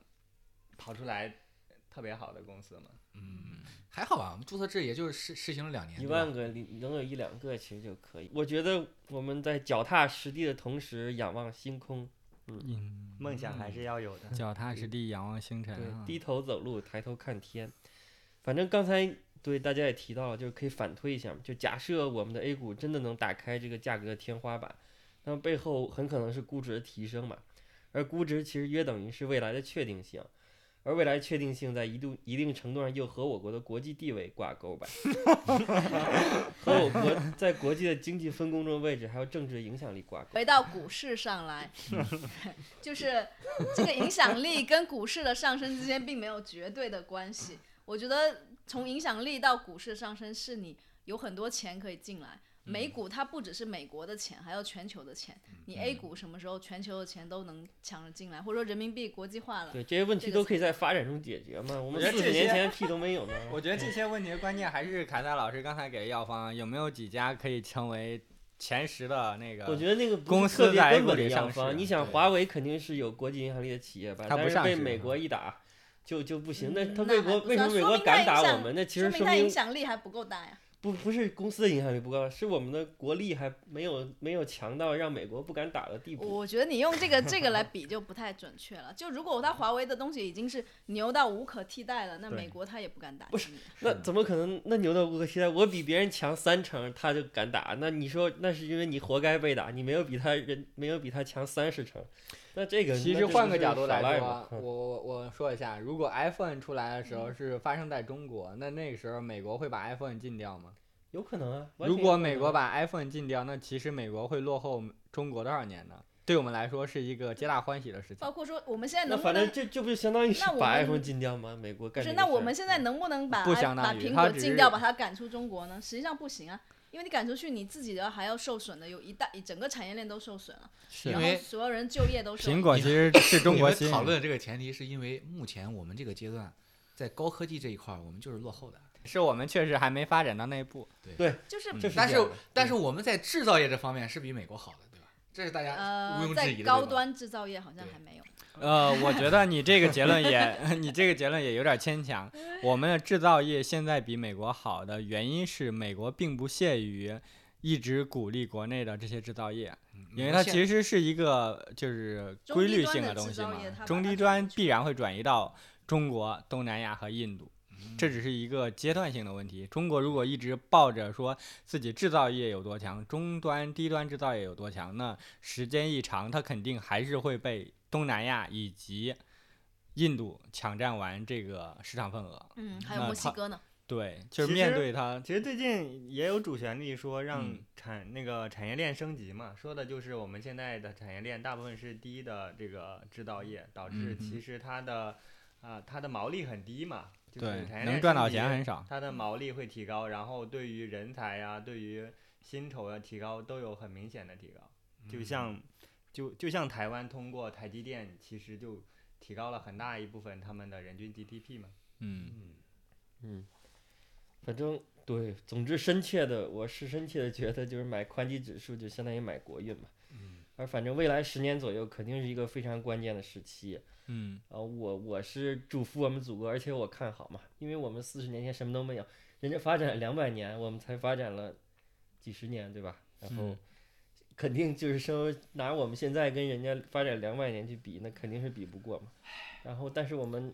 跑出来特别好的公司嘛。嗯，还好吧，我们注册制也就是试试行了两年，一对吧万个里能有一两个其实就可以。我觉得我们在脚踏实地的同时仰望星空，嗯，梦想还是要有的。 哦脚踏实地，仰望星辰啊对，。低头走路，抬头看天。反正刚才对大家也提到了，就是可以反推一下嘛，就假设我们的 A 股真的能打开这个价格的天花板，那么背后很可能是估值的提升嘛，而估值其实约等于是未来的确定性。而未来确定性在一度一定程度上又和我国的国际地位挂钩吧，和我国在国际的经济分工中位置还有政治影响力挂钩。回到股市上来， 就是这个影响力跟股市的上升之间并没有绝对的关系。我觉得从影响力到股市上升，是你有很多钱可以进来。美股它不只是美国的钱，还有全球的钱。你 A 股什么时候全球的钱都能抢着进来，或者说人民币国际化了，对这些问题这个都可以在发展中解决嘛？我们我觉得四十这些年前屁都没有呢。我觉得这些问题的关键还是凯撒老师刚才给的药方，有没有几家可以成为前十的那个？我觉得那个不是公司特别根在 A 本股的药里上市方。你想，啊对华为肯定是有国际影响力的企业吧？它不但是上被市美是国吧一打就就不行。那嗯它那为还国不为什算么美说国明它敢影打我响们？那其说实明说它影明响力还不够大呀。不不是公司的影响力不够，是我们的国力还没有没有强到让美国不敢打的地步。我觉得你用这个这个来比就不太准确了。就如果它华为的东西已经是牛到无可替代了，那对美国它也不敢打不击你。那怎么可能？那牛到无可替代，我比别人强三成，他就敢打。那你说，那是因为你活该被打，你没有比他人没有比他强三十成。那这个其那这实换就个是角度耍来赖说嘛啊，我我我说一下，如果 iPhone 出来的时嗯候是发生在中国，那那个时候美国会把 iPhone 禁掉吗？有可能啊。完如全有果可美能国啊把 iPhone 禁掉，那其实美国会落后中国多少年呢？对我们来说是一个皆大欢喜的事情哦包。括说我们现在那能不反能正这这不就相当于是那我把们 iPhone 禁掉吗？美国不干这是？个那事我儿嗯们现在能不能把不 i- 相当把于苹它果只禁是掉，把它赶出中国呢？实际上不行啊，因为你赶出去，你自己的还要受损的，有一大一整个产业链都受损了，是因啊然为后所有人就业都受苹损。果其实是中你国们新讨论这个前提，是因为目前我们这个阶段在高科技这一块儿，我们就是落后的。是我们确实还没发展到那一步。就是嗯这是但这是样的但是我们在制造业这方面是比美国好的，对吧？这是大家毋呃，庸置在疑的。高对吧端制造业好像对还没有。 呃，我觉得你这个结论也， 你这个结论也有点牵强。我们的制造业现在比美国好的原因是，美国并不屑于一直鼓励国内的这些制造业，嗯因为它现其实是一个就是规律性东西嘛中低端的制造业它把。它中低端必然会转移到中国、东南亚和印度，嗯这只是一个阶段性的问题。中国如果一直抱着说自己制造业有多强，终端、低端制造业有多强，那时间一长，它肯定还是会被东南亚以及印度抢占完这个市场份额。嗯，还有那墨西它哥呢。对，就是其面实对它，其实最近也有主旋律说让嗯产、那个产业链升级嘛，说的就是我们现在的产业链大部分是低的这个制造业，导致嗯哼其实它的啊、它的毛利很低嘛，就是对产业链能赚到升级钱很少。它的毛利会提高，然后对于人才呀、对于薪酬的提高都有很明显的提高。嗯就像就就像台湾通过台积电，其实就提高了很大一部分他们的人均 GDP 嘛。嗯，嗯，反正对，总之深切的，我是深切的觉得，就是买宽基指数就相当于买国运嘛。嗯而反正未来十年左右肯定是一个非常关键的时期嗯，啊！我我是祝福我们祖国，而且我看好嘛，因为我们四十年前什么都没有，人家发展两百年，我们才发展了几十年，对吧？然后嗯肯定就是说拿我们现在跟人家发展两百年去比，那肯定是比不过嘛。然后，但是我们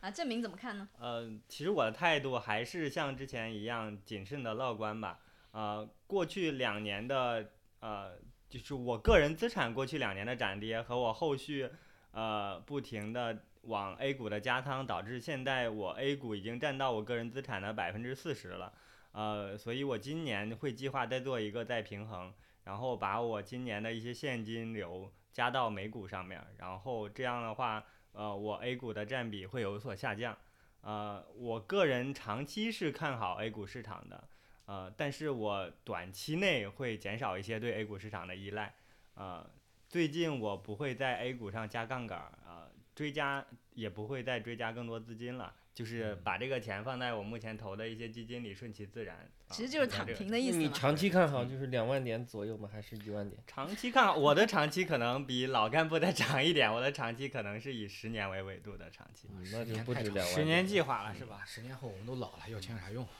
啊，证明怎么看呢？呃，其实我的态度还是像之前一样谨慎的乐观吧。呃，过去两年的呃，就是我个人资产过去两年的涨跌和我后续呃不停的往 A 股的加仓，导致现在我 A 股已经占到我个人资产的百分之四十了。呃，所以我今年会计划再做一个再平衡，然后把我今年的一些现金流加到美股上面，然后这样的话，呃，我 A 股的占比会有所下降。呃，我个人长期是看好 A 股市场的，呃，但是我短期内会减少一些对 A 股市场的依赖。呃，最近我不会在 A 股上加杠杆儿，呃，追加也不会再追加更多资金了，就是嗯把这个钱放在我目前投的一些基金里，顺其自然。啊其实就是在躺这个平的意思你嘛。长期看好就是两万点左右吗？还是一万点？长期看，我的长期可能比老干部再长一点，我的长期可能是以十年为维度的长期。嗯那十就年不太止长两了万十点年计划了是吧？ 十年后我们都老了，要钱有啥用？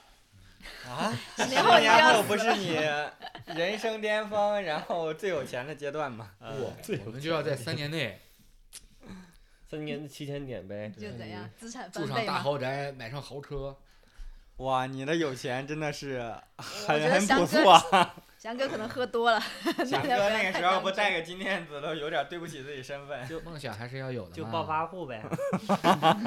啊，嗯十年后你就然要后死不了是 你人生巅峰，然后最有钱的阶段嘛。呃，我们就要在三年 内三年七千点呗，就怎样，资产翻住上倍大嘛。豪宅，买上豪车。哇，你的有钱真的是我觉很得很翔不哥错啊。翔哥可能喝多了，翔大哥家不要那太个时候当不真带个金链子都有点对不起自己身份。就梦想还是要有的，就暴。发 户呗。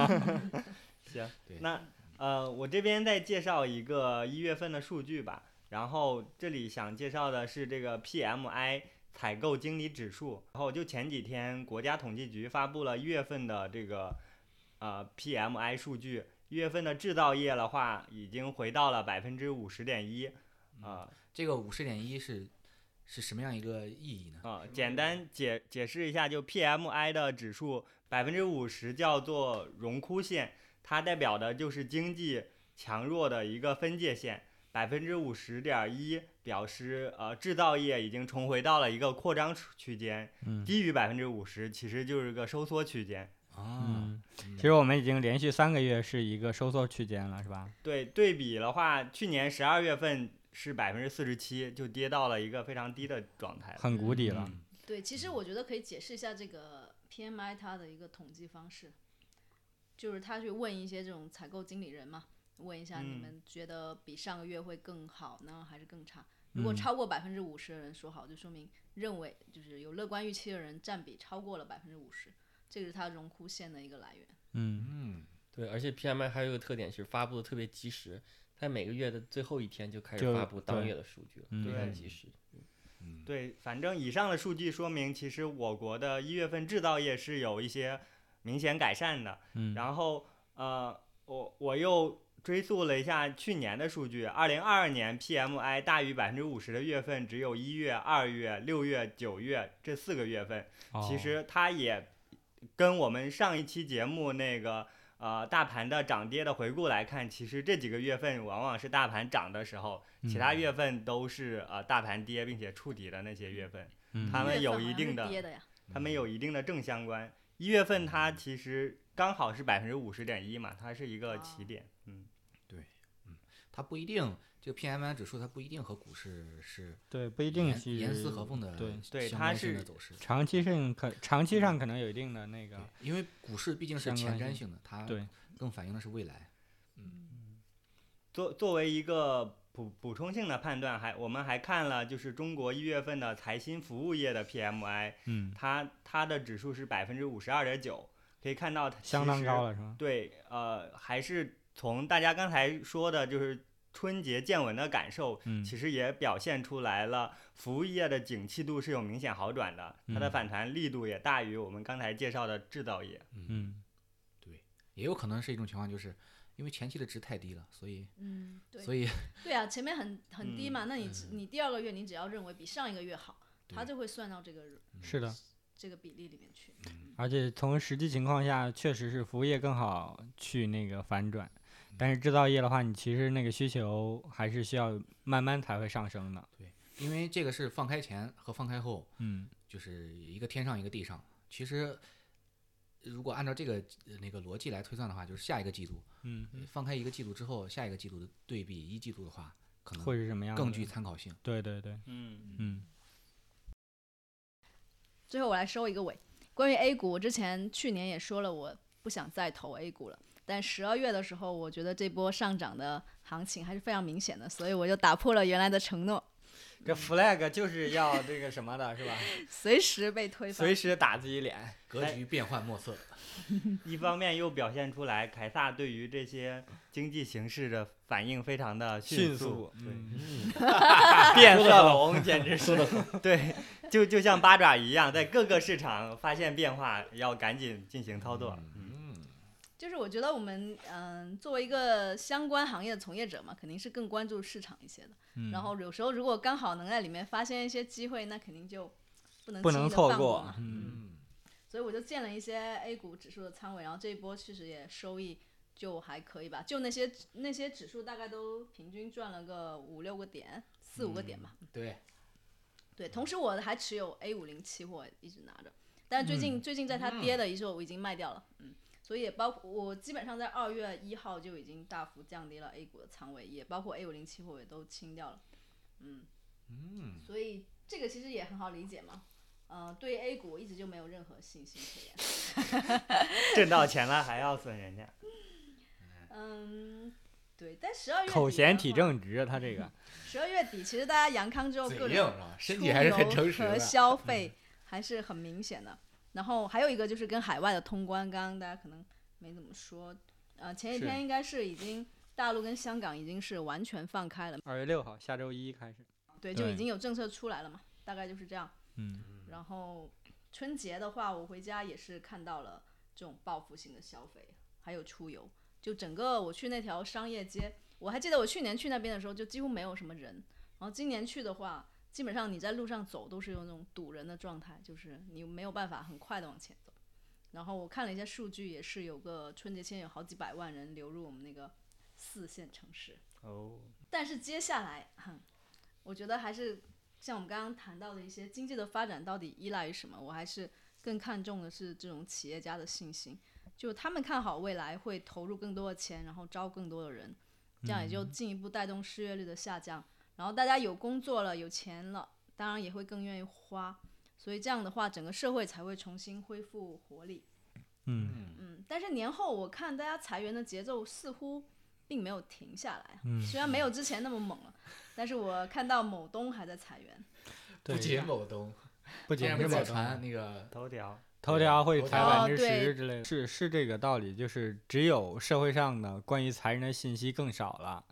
行对，那呃，我这边再介绍一个一月份的数据吧。然后这里想介绍的是这个 PMI 采购经理指数。然后就前几天国家统计局发布了一月份的这个呃 PMI 数据，一月份的制造业的话已经回到了百分之五十点一。啊这个五十点一是是什么样一个意义呢？啊、简单解解释一下，就 PMI 的指数百分之五十叫做荣枯线，它代表的就是经济强弱的一个分界线。百分之五十点一表示呃制造业已经重回到了一个扩张区区间，嗯低于百分之五十其实就是个收缩区间。啊，其实我们已经连续三个月是一个收缩区间了，是吧？对对比的话，去年十二月份是百分之四十七，就跌到了一个非常低的状态了。很谷底了。嗯对，其实我觉得可以解释一下这个 PMI 它的一个统计方式，就是他去问一些这种采购经理人嘛，问一下你嗯们觉得比上个月会更好呢，还是更差？如果嗯超过百分之五十的人说好，就说明认为就是有乐观预期的人占比超过了百分之五十，这个是它荣枯线的一个来源。嗯，嗯，对，而且 PMI 还有一个特点是发布的特别及时，在每个月的最后一天就开始就发布当对月的数据了，嗯非常对及时。嗯，对，反正以上的数据说明，其实我国的一月份制造业是有一些明显改善的。嗯然后呃，我我又追溯了一下去年的数据，二零二二年 PMI 大于百分之五十的月份只有一月、二月、六月、九月这四个月份，哦其哦实它也跟我们上一期节目那个。呃，大盘的涨跌的回顾来看，其实这几个月份往往是大盘涨的时候，其他月份都是呃大盘跌并且触底的那些月份。嗯他们月份有好一像定是的跌的呀，它们有一定的正相关。一月份它其实刚好是百分之五十点一嘛，它是一个起哦点。嗯，它不一定，这个 PMI 指数它不一定和股市是对，不一定严是严丝合缝的对对相它关性是的走势。嗯长期上可长期上可能有一定的那对个，因为股市毕竟是相前关瞻性性的，它对更反映的是未来。作作为一个补补充性的判断，还我们还看了就是中国一月份的财新服务业的 PMI，嗯，它它的指数是百分之五十二点九，可以看到它相其当实高了是吗？对，呃，还是从大家刚才说的，就是春节见闻的感受，嗯其实也表现出来了，服务业的景气度是有明显好转的，它的嗯反弹力度也大于我们刚才介绍的制造业。嗯，也有可能是一种情况，就是因为前期的值太低了，所以嗯，对。所以对啊，前面很很低嘛，那你只嗯你第二个月你只要认为比上一个月好，它对就会算到这个是嗯的，这个比例里面去。而且从实际情况下，确实是服务业更好去那个反转，但是制造业的话，你其实那个需求还是需要慢慢才会上升的。因为这个是放开前和放开后，嗯就是一个天上一个地上。其实如果按照这个呃那个逻辑来推算的话，就是下一个季度嗯，呃放开一个季度之后，下一个季度的对比一季度的话，可能会是什么样的？更具参考性。对对对，嗯嗯最后我来收一个尾，关于 A 股，我之前去年也说了，我不想再投 A 股了。但十二月的时候，我觉得这波上涨的行情还是非常明显的，所以我就打破了原来的承诺，这 flag 就就是要这个什么的，是吧？ 随时被推翻随。时打自己脸。格局变幻莫测，一方面又表现出来凯撒对于这些经济形势的反应非常的迅速，对。嗯，变色龙简直是， 对，就就像八爪一样，在各个市场发现变化，要赶紧进行操作。嗯，就是我觉得我们嗯、作为一个相关行业的从业者嘛，肯定是更关注市场一些的。嗯然后有时候如果刚好能在里面发现一些机会，那肯定就不能不轻易能地错放过过嘛。嗯所以我就建了一些 A 股指数的仓位，然后这一波其实也收益就还可以吧，就那些那些指数大概都平均赚了个五六个点，四五个点吧。对，对，同时我还持有 A 五零期货一直拿着，但是最近、最近在它跌的一时候我已经卖掉了，嗯，所以也包括我基本上在二月一号就已经大幅降低了 A 股的仓位，也包括 A 五零期货也都清掉了，嗯，嗯，所以这个其实也很好理解嘛。呃，对 A 股一直就没有任何信心可言。挣到钱了还要损人家，嗯，对，但十二月口嫌体。正直，他这个十二月底其实大家阳康之后嘴各硬种啊，身体还是很出诚游实和 的。嗯消费还是很明显的。然后还有一个就是跟海外的通关，刚刚大家可能没怎么说，呃，前几是天应该是已经大陆跟香港已经是完全放开了，二月六号，下周一开始。对，就已对经有政策出来了嘛，大概就是这样。嗯，然后春节的话，我回家也是看到了这种报复性的消费，还有出游。就整个我去那条商业街，我还记得我去年去那边的时候，就几乎没有什么人。然后今年去的话，基本上你在路上走都是有那种堵人的状态，就是你没有办法很快的往前走。然后我看了一下数据，也是有个春节前有好几百万人流入我们那个四线城市。哦，但是接下来，哼我觉得还是像我们刚刚谈到的一些经济的发展到底依赖于什么，我还是更看重的是这种企业家的信心，就他们看好未来会投入更多的钱，然后招更多的人，这样也就进一步带动失业率的下降。然后大家有工作了，有钱了，当然也会更愿意花，所以这样的话，整个社会才会重新恢复活力。嗯嗯，嗯，但是年后我看大家裁员的节奏似乎并没有停下来，啊嗯虽然没有之前那么猛了，但是我看到某东还在裁员，不对，仅某东，不竟仅然是被某再东传那个头条，头条会头裁条百分之对十之类的，是是这个道理，就是只有社会上的关于裁人的信息更少了，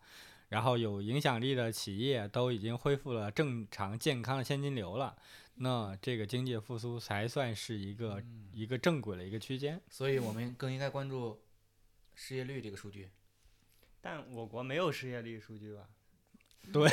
然后有影响力的企业都已经恢复了正常健康的现金流了，那这个经济复苏才算是一个、一个正轨的一个区间。所以我们更应该关注失业率这个数据。但我国没有失业率数据吧？对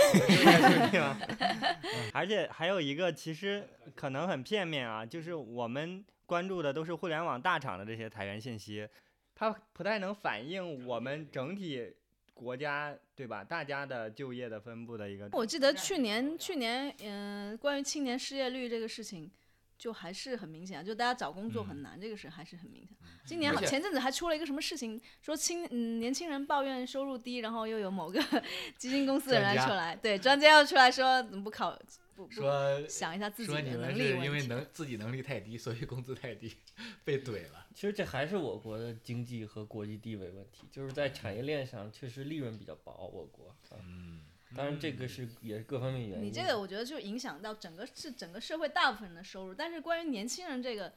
对 吧？嗯而且还有一个，其实可能很片面啊，就是我们关注的都是互联网大厂的这些裁员信息，它不太能反映我们整体国家对吧？大家的就业的分布的一个。我记得去年去年嗯、呃关于青年失业率这个事情。就还是很明显啊，就大家找工作很难，这个事还是很明显。今年嗯而好且前阵子还出了一个什么事情，说青嗯年轻人抱怨收入低，然后又有某个 基金公司的人专来家出来，对专家要出来说怎么不考不不说想一下自己说的你能们力是问题。因为能自己能力太低，所以工资太低，被怼了。其实这还是我国的经济和国际地位问题，就是在产业链上确实利润比较薄，我国啊。嗯，当然这个是也是各方面原因。你这个我觉得就影响到整个是整个社会大部分人的收入，但是关于年轻人这个，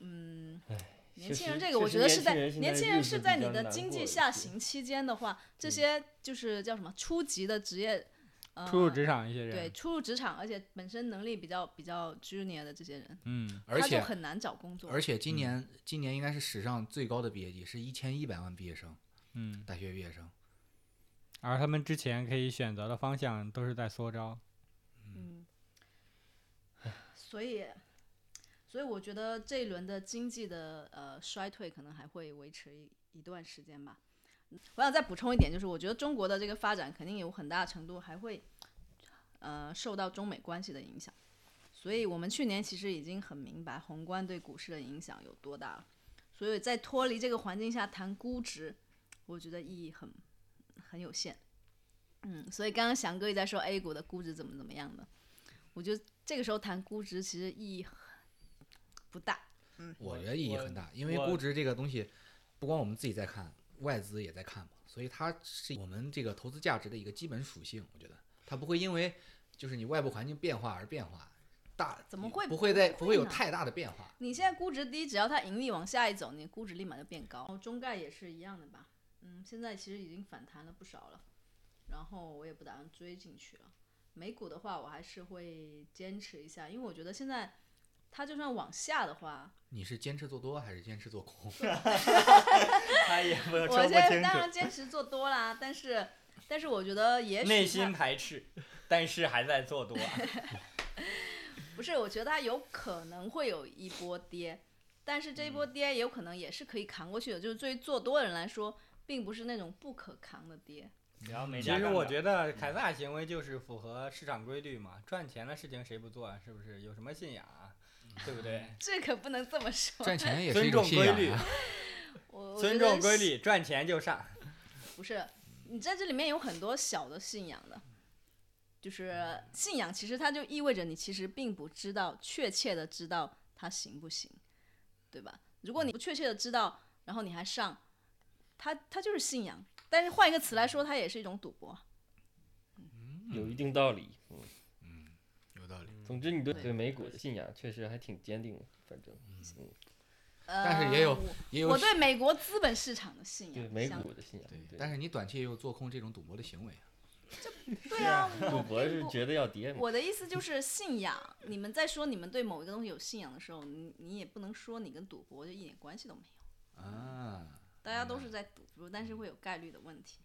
嗯，年确轻人实这确个我实觉得年是轻在人现年在轻日人子是比在较你的难经过嗯济一下些行期间的话，这些就是叫什么初级的职业，呃，初入职场一些人，对初入职场，而且本身能力比较比较 junior 的这些人，嗯，而他就且很难找工作而。且嗯今年今年应该是史上最高的毕业季，是一千一百万毕业生，嗯，大学毕业生。而他们之前可以选择的方向都是在缩招。嗯，所以，所以我觉得这一轮的经济的呃衰退可能还会维持一一段时间吧。我想再补充一点，就是我觉得中国的这个发展肯定有很大程度还会呃受到中美关系的影响，所以我们去年其实已经很明白宏观对股市的影响有多大了。所以在脱离这个环境下谈估值，我觉得意义很很有限。嗯，所以刚刚翔哥也在说 A 股的估值怎么怎么样的，我觉得这个时候谈估值其实意义很不大。我我觉得意义我很大，因为我估值这个东西，不光我们自己在看，外资也在看嘛，所以它是我们这个投资价值的一个基本属性。我觉得它不会因为就是你外部环境变化而变化，大怎么会不会在不不会会有呢太大的变化？你现在估值低，只要它盈利往下一走，你估值立马就变高。然后哦中概也是一样的吧，嗯，现在其实已经反弹了不少了，然后我也不打算追进去了。美股的话，我还是会坚持一下，因为我觉得现在它就算往下的话，你是坚持做多还是坚持 做空？他也不说我不现在清当楚，然坚持做多啦，但是但是我觉得也许内它心排斥，但是还在做多。啊不是，我觉得它有可能会有一波跌，但是这一波嗯跌有可能也是可以扛过去的。就是对于做多的人来说，并不是那种不可扛的跌。然后没其加实杠我杆觉得凯凯撒撒大行为就是符合市场规律嘛，赚钱的事情谁不做啊？是不是？有什么信仰啊？对嗯不对？这可不能这么说。赚钱也是一尊种重信规仰律啊。， 我尊重规，律，赚钱就上。我觉得是不是你在这里面有很多小的信仰的。就是信仰，其实它就意味着你其实并不知道确切的知道它行不行，对吧？如果你不确切的知道，然后你还上，它它就是信仰。但是换一个词来说，它也是一种赌博。有一定道理。嗯，嗯，有道理。总之你对对对美股的信仰确实还挺坚定的，反正嗯，呃、但是也有我也有我对美国资本市场的信对仰。美像股的信仰，对，对，但是你短期也有做空这种赌博的行为啊。对啊，赌我博并是不觉得要跌嘛，我的意思就是信仰，你们在说你们对某一个东西有信仰的时候，你你也不能说你跟赌博就一点关系都没有，啊，大家都嗯是在赌博，但是会有概率的问题。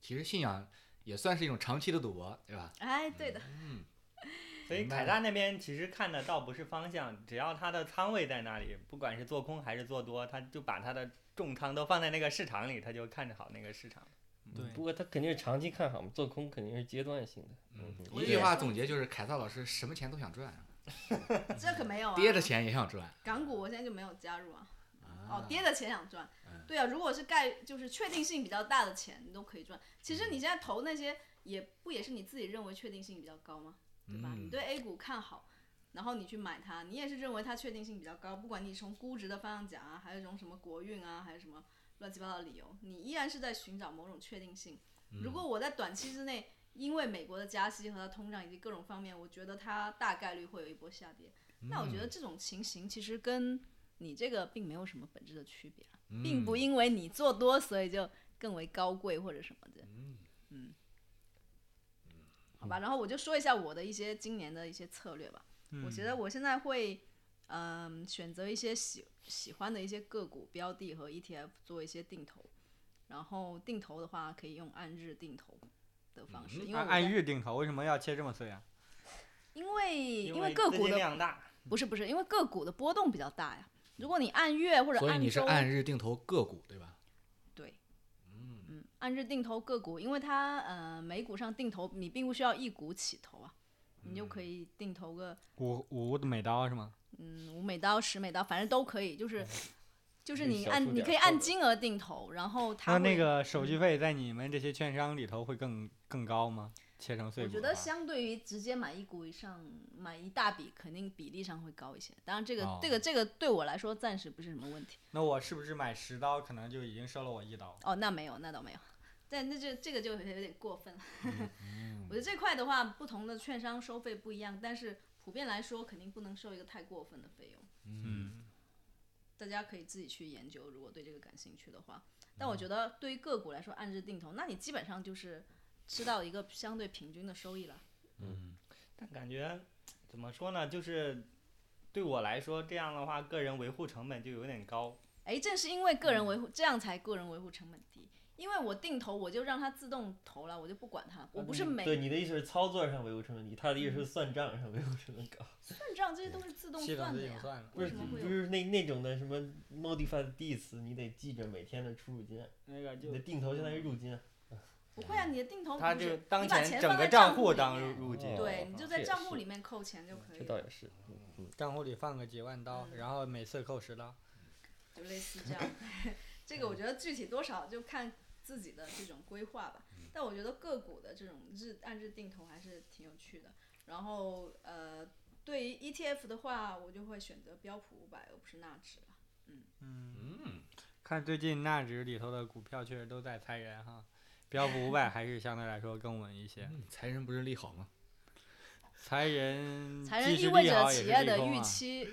其实信仰也算是一种长期的赌博，对吧？哎，对的，所以明白凯了撒那边其实看的倒不是方向，只要他的仓位在那里，不管是做空还是做多，他就把他的重仓都放在那个市场里，他就看着好那个市场。不过它肯定是长期看好嘛，做空肯定是阶段性的。嗯哼，我一也句话是总结就是，凯撒老师什么钱都想赚，这可没有啊。跌的钱也想赚。港股我现在就没有加入啊。哦啊，，跌的钱想赚嗯，对啊，如果是概就是确定性比较大的钱，你都可以赚。其嗯实你现在投那些也不也是你自己认为确定性比较高吗？对吧？你嗯，对 A 股看好，然后你去买它，你也是认为它确定性比较高，不管你从估值的方向讲啊，还是从什么国运啊，还是什么乱七八糟的理由，你依然是在寻找某种确定性。如果我在短期之内，因为美国的加息和它通胀以及各种方面，我觉得它大概率会有一波下跌，那我觉得这种情形其实跟你这个并没有什么本质的区别啊，并不嗯因为你做多所以就更为高贵或者什么的。嗯好吧，然后我就说一下我的一些今年的一些策略吧。我觉得我现在会，嗯、选择一些喜嗯喜欢的一些个股标的和 ETF 做一些定投，然后定投的话可以用按日定投的方式，因为我按按在日定投，为什么要切这么碎啊？因为因为为个资股金的量大，不是不是因为个股的波动比较大呀。如果你按月或者所以按你是周，按日定投个股，对吧？对，嗯嗯，按日定投个股，因为它呃美股上定投你并不需要一股起投啊，你就可以定投个。五五的美刀是吗？嗯，五美刀、十美刀，反正都可以，就是就是可以你小数按你点可以儿按凑的金额定投，然后它那那会嗯个手续费在你们这些券商里头会更更高吗？切成碎我股觉的得话，相对于直接买一股以上买一大笔，肯定比例上会高一些。当然，这个、这哦个这个对我来说暂时不是什么问题。那我是不是买十刀可能就已经收了我一刀？哦，那没有，那倒没有。但那就这个就有点过分了。嗯 我觉得这块的话，不同的券商收费不一样，但是普遍来说，肯定不能收一个太过分的费用。嗯，大家可以自己去研究，如果对这个感兴趣的话。但嗯我觉得对于个股来说，按日定投，那你基本上就是吃到一个相对平均的收益了。但感觉怎么说呢，就是对我来说，这样的话，个人维护成本就有点高。哎，正是因为个人维嗯护，这样才个人维护成本低。因为我定投，我就让它自动投了，我就不管它。我嗯不是每对你的意思是操作上维护成本低，他的意思是算账上维护成嗯本高，算账，这些都是自动系统算自的己呀。算了。不是什么会不有是那那种的什么 modified diss，你得记着每天的出入金啊，那个你的定投相当于嗯入金啊。不会啊，你的定投他不是就当你把前钱整放个在账户里当面入入金。哦对你就这在也账户是里面扣钱就可以这了，倒也是，嗯嗯，账户里放个几万刀，嗯然后每次扣十刀。就类似这样。 这个我觉得具体多少就看自己的这种规划吧。但我觉得个股的这种日按日定投还是挺有趣的。然后呃，对于 ETF 的话，我就会选择标普五百，而不是纳指了。嗯，嗯，看最近纳指里头的股票确实都在裁人哈，标普五百还是相对来说更稳一些。嗯财神不是利好吗？裁人财嗯既人是意味利着好也企是业利的空预啊期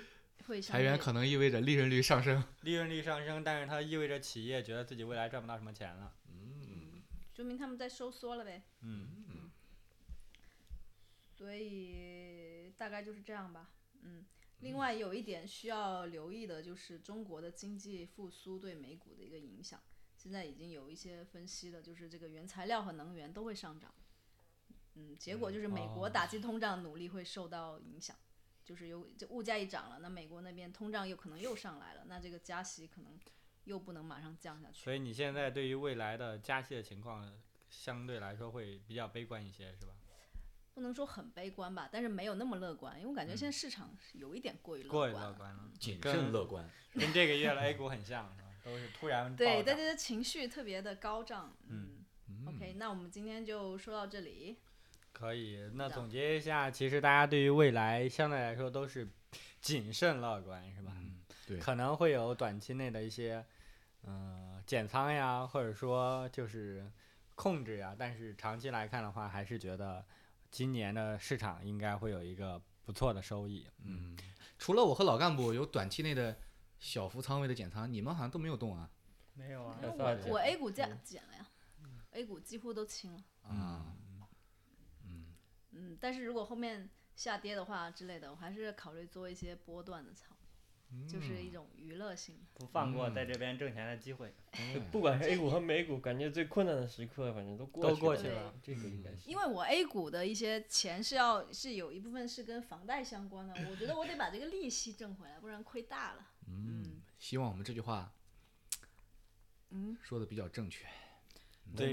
会相裁员对可能意味着利润率上升。利润率上升，但是它意味着企业觉得自己未来赚不到什么钱了。嗯说明他们在收缩了呗。嗯，嗯所以大概就是这样吧。嗯，另外有一点需要留意的就是中国的经济复苏对美股的一个影响。现在已经有一些分析了，就是这个原材料和能源都会上涨。嗯，结果就是美国哦打击通胀努力会受到影响，就是有这物价一涨了，那美国那边通胀有可能又上来了，那这个加息可能又不能马上降下去。所以你现在对于未来的加息的情况，相对来说会比较悲观一些，是吧？不能说很悲观吧，但是没有那么乐观，因为我感觉现在市场是有一点过于嗯过于乐观乐了。观了，谨跟慎乐观。跟这个月的 A 股很像，是吧？都是突然对，暴大涨家的情绪特别的高涨。嗯嗯，OK，那我们今天就说到这里。可以，那的总结一下，其实大家对于未来相对来说都是谨慎乐观，是吧？嗯，对可能会有短期内的一些，嗯、减仓呀，或者说就是控制呀，但是长期来看的话，还是觉得今年的市场应该会有一个不错的收益。嗯，嗯，除了我和老干部有短期内的小幅仓位的减仓，你们好像都没有动啊。没有啊那还我算减我了 A 股减嗯减了呀，A 股几乎都清了。啊，嗯，嗯，但是如果后面下跌的话之类的，我还是考虑做一些波段的操作，就是嗯一种娱乐性的。不放过在这边挣钱的机会。对不管是 A 股和美股，感觉最困难的时刻，反正都过都过去去了了。这个应该是因为我 A 股的一些钱是要是有一部分是跟房贷相关的，我觉得我得把这个利息挣回来，不然亏大了。嗯嗯，希望我们这句话嗯，说的比较正确。对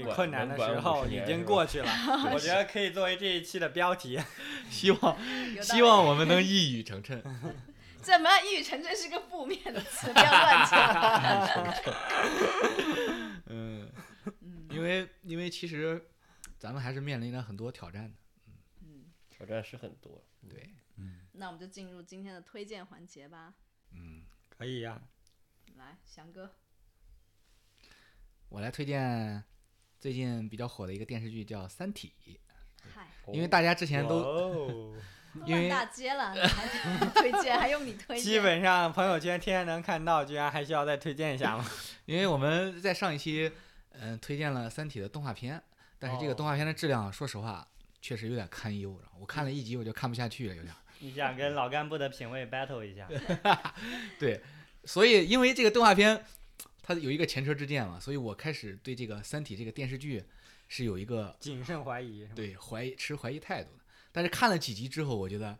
嗯能于管困难能的管时50候已年经是吧过去了，啊我觉得可以作为这一期的标题。希望有道希理望我们能一语成谶。这么一语成谶是个负面的词，不要乱讲。 嗯，嗯因为因为其实咱们还是面临着很多挑战的。嗯，挑战是很多。对，那我们就进入今天的推荐环节吧。嗯，可以呀、来，翔哥，我来推荐最近比较火的一个电视剧叫《三体》，嗨，因为大家之前都 哦，都因为烂大街了，你还推荐，还用你 推荐？基本上朋友圈天天能看到，居然还需要再推荐一下吗？因为我们在上一期，嗯、推荐了《三体》的动画片，但是这个哦动画片的质量，说实话确实有点堪忧。然后我看了一集我就看不下去了，有点儿。你想跟老干部的品味 battle 一下？所以因为这个动画片，它有一个前车之鉴嘛，所以我开始对这个《三体》这个电视剧是有一个谨慎怀疑是吗？对怀疑持怀疑态度的。但是看了几集之后，我觉得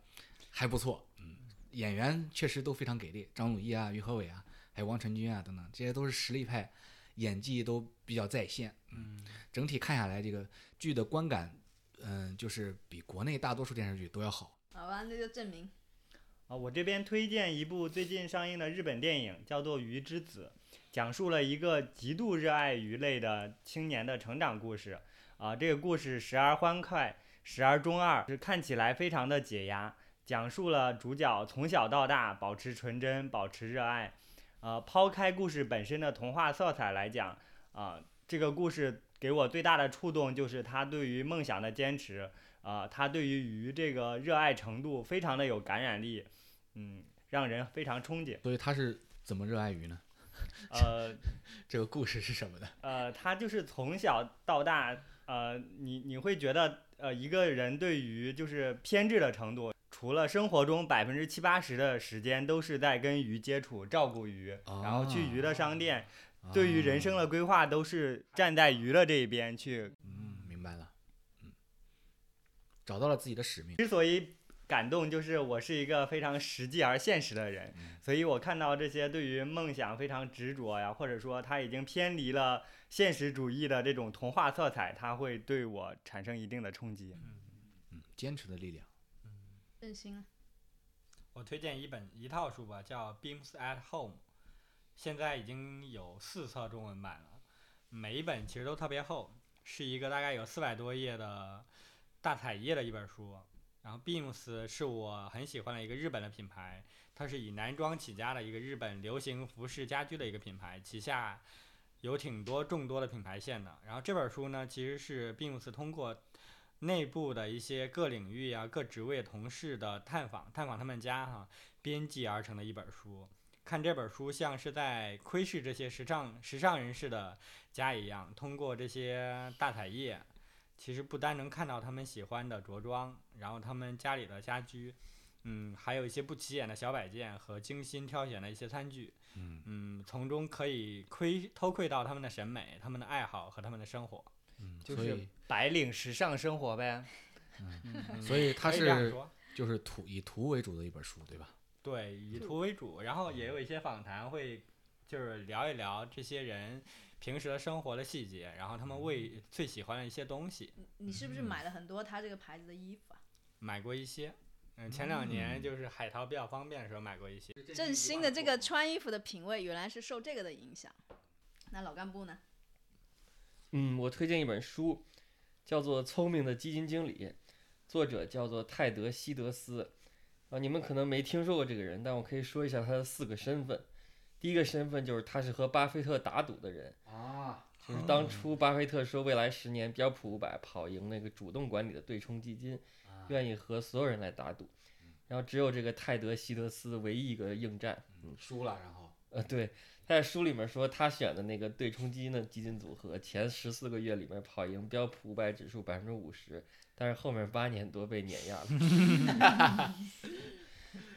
还不错，嗯，演员确实都非常给力，张鲁一啊、于和伟啊，还有王传君啊等等，这些都是实力派，演技都比较在线。嗯，整体看下来，这个剧的观感，嗯，就是比国内大多数电视剧都要好。好吧，那就证明啊，我这边推荐一部最近上映的日本电影，叫做《鱼之子》，讲述了一个极度热爱鱼类的青年的成长故事。啊，这个故事时而欢快，时而中二，是看起来非常的解压，讲述了主角从小到大保持纯真，保持热爱。呃，抛开故事本身的童话色彩来讲，啊、这个故事给我最大的触动就是他对于梦想的坚持。啊、他对于鱼这个热爱程度非常的有感染力，嗯，让人非常憧憬。所以他是怎么热爱鱼呢？呃这个故事是什么呢？呃，他就是从小到大，呃，你你会觉得，呃，一个人对于就是偏执的程度，除了生活中百分之七八十的时间都是在跟鱼接触、照顾鱼，然后去鱼的商店，对于人生啊，的规划都是站在鱼的这一边去嗯，明白了，嗯，找到了自己的使命。之所以感动，就是我是一个非常实际而现实的人嗯，所以我看到这些对于梦想非常执着呀，或者说他已经偏离了现实主义的这种童话色彩，它会对我产生一定的冲击。嗯，坚持的力量。振兴了。我推荐一本一套书吧，叫《Beams at Home》，现在已经有四册中文版了，每一本其实都特别厚，是一个大概有四百多页的大彩页的一本书。然后 Beams 是我很喜欢的一个日本的品牌，它是以男装起家的一个日本流行服饰家居的一个品牌，旗下有挺多众多的品牌线的。然后这本书呢，其实是 Beams 通过内部的一些各领域啊、各职位同事的探访，探访他们家哈、编辑而成的一本书。看这本书像是在窥视这些时尚时尚人士的家一样，通过这些大彩页，其实不单能看到他们喜欢的着装，然后他们家里的家居，嗯，还有一些不起眼的小摆件和精心挑选的一些餐具，嗯嗯，从中可以窥偷窥到他们的审美、他们的爱好和他们的生活。嗯，就所是以白领时尚生活呗。嗯所以它可以这样是说就是图以图为主的一本书，对吧？对，以就图为主，然后也嗯有一些访谈会，就是聊一聊这些人平时的生活的细节，然后他嗯们为最喜欢的一些东西，你你是不是买了很多他这个牌子的衣服啊？买过一些。嗯，前两年就是海淘比较方便的时候买过一些。嗯振兴的这个穿衣服的品味原来是受这个的影响。那老干部呢？嗯，我推荐一本书，叫做《聪明的基金经理》，作者叫做泰德·希德斯，啊，你们可能没听说过这个人，但我可以说一下他的四个身份。第一个身份就是他是和巴菲特打赌的人，啊，就是当初巴菲特说未来十年标普五百跑赢那个主动管理的对冲基金，愿意和所有人来打赌，然后只有这个泰德·希德斯唯一一个应战，嗯，输了，然后呃，对，他在书里面说，他选的那个对冲基金的基金组合，前十四个月里面跑赢标普五百指数百分之五十，但是后面八年多被碾压了。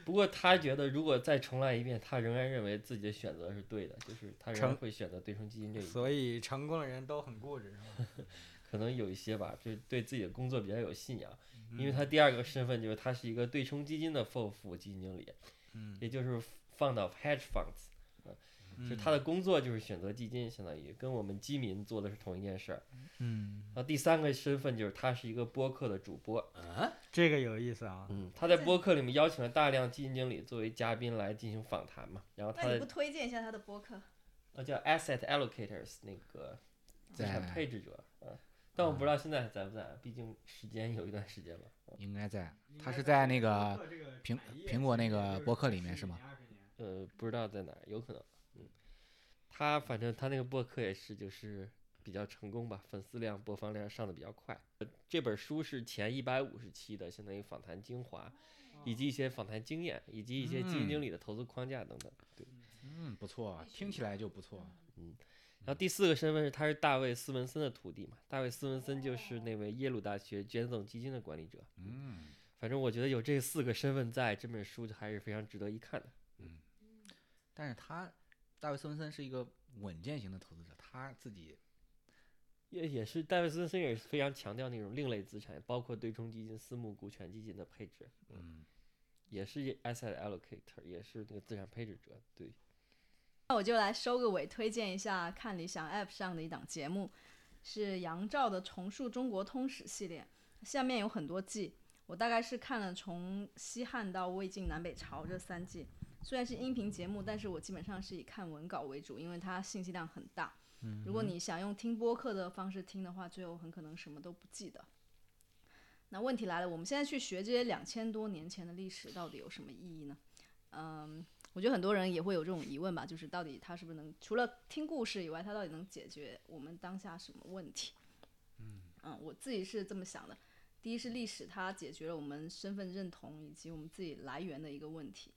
不过他觉得，如果再重来一遍，他仍然认为自己的选择是对的，就是他仍然成会选择对冲基金这一所以成功的人都很固执，是吗可能有一些吧，就是对自己的工作比较有信仰。因为他第二个身份就是他是一个对冲基金的 FOF 基金经理，嗯也就是 fund of hedge funds。就呃他的工作就是选择基金，相当于跟我们基民做的是同一件事儿。嗯，然后第三个身份就是他是一个播客的主播，嗯，这个有意思啊，嗯，他在播客里面邀请了大量基金经理作为嘉宾来进行访谈嘛，然后哎他那你不的推荐一下他的播客？呃叫 asset allocators 那个资产在配置者，嗯，但我不知道现在还在不在，毕竟时间有一段时间了。应该在，嗯他是在那个苹苹果那个博客里面是吗？呃，不知道在哪儿，有可能。嗯，他反正他那个播客也是，就是比较成功吧，粉丝量、播放量上的比较快。呃这本书是前一百五十期的，相当于访谈精华，以及一些访谈经验，以及一些基金经理的投资框架等等。对，嗯，不错，听起来就不错。然后第四个身份是他是大卫·斯文森的徒弟嘛，大卫·斯文森就是那位耶鲁大学捐赠基金的管理者。嗯，反正我觉得有这四个身份在，这本书还是非常值得一看的。但是他大卫·斯文森是一个稳健型的投资者，他自己也也是戴维斯森也是非常强调那种另类资产，包括对冲基金、私募股权基金的配置，嗯，也是一 asset allocator，也是那个资产配置者。对，那我就来收个尾，推荐一下看理想 App 上的一档节目，是杨照的《重述中国通史》系列，下面有很多季，我大概是看了从西汉到魏晋南北朝这三季。虽然是音频节目，但是我基本上是以看文稿为主，因为它信息量很大。如果你想用听播客的方式听的话，最后很可能什么都不记得。那问题来了，我们现在去学这些两千多年前的历史，到底有什么意义呢？嗯，我觉得很多人也会有这种疑问吧，就是到底它是不是能除了听故事以外，它到底能解决我们当下什么问题？嗯，我自己是这么想的。第一是历史，它解决了我们身份认同以及我们自己来源的一个问题。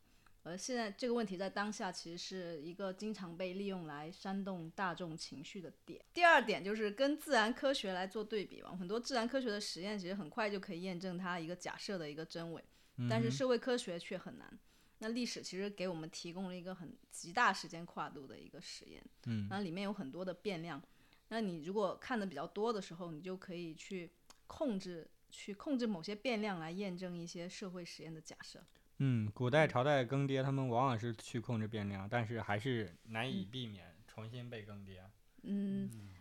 而现在这个问题在当下其实是一个经常被利用来煽动大众情绪的点。第二点就是跟自然科学来做对比嘛，很多自然科学的实验其实很快就可以验证它一个假设的一个真伪，嗯但是社会科学却很难。那历史其实给我们提供了一个很极大时间跨度的一个实验，嗯那里面有很多的变量。那你如果看的比较多的时候，你就可以去控制去控制某些变量来验证一些社会实验的假设。嗯，古代朝代更迭，他们往往是去控制变量，但是还是难以避免重新被更迭。嗯，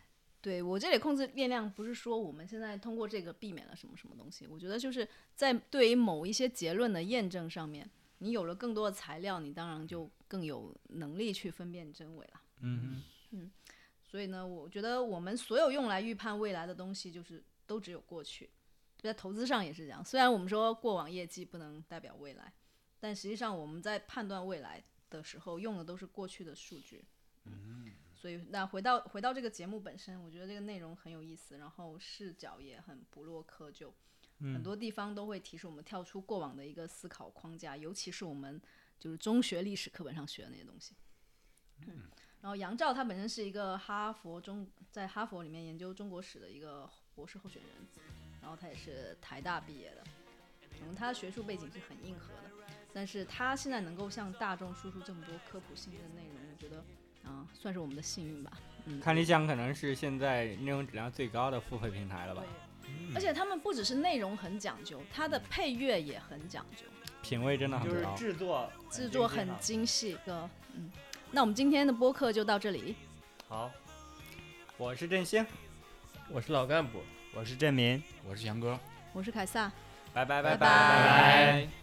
对我这里控制变量，不是说我们现在通过这个避免了什么什么东西，我觉得就是在对于某一些结论的验证上面，你有了更多的材料，你当然就更有能力去分辨真伪了。嗯所以呢，我觉得我们所有用来预判未来的东西，就是都只有过去。在投资上也是这样，虽然我们说过往业绩不能代表未来，但实际上我们在判断未来的时候用的都是过去的数据。嗯，所以那回到回到这个节目本身，我觉得这个内容很有意思，然后视角也很不落窠臼，嗯很多地方都会提示我们跳出过往的一个思考框架，尤其是我们就是中学历史课本上学的那些东西。然后杨照他本身是一个哈佛中在哈佛里面研究中国史的一个博士候选人，然后他也是台大毕业的，嗯，他的学术背景是很硬核的，但是他现在能够向大众输出这么多科普性质的内容，我觉得啊、算是我们的幸运吧。看理想可能是现在内容质量最高的付费平台了吧对？，而且他们不只是内容很讲究，他的配乐也很讲究。品味真的就很是高。制作制作很精细哥，嗯，那我们今天的播客就到这里，好。我是振兴，我是老干部。我是振民，我是杨哥。我是凯撒。拜拜拜拜拜哎拜。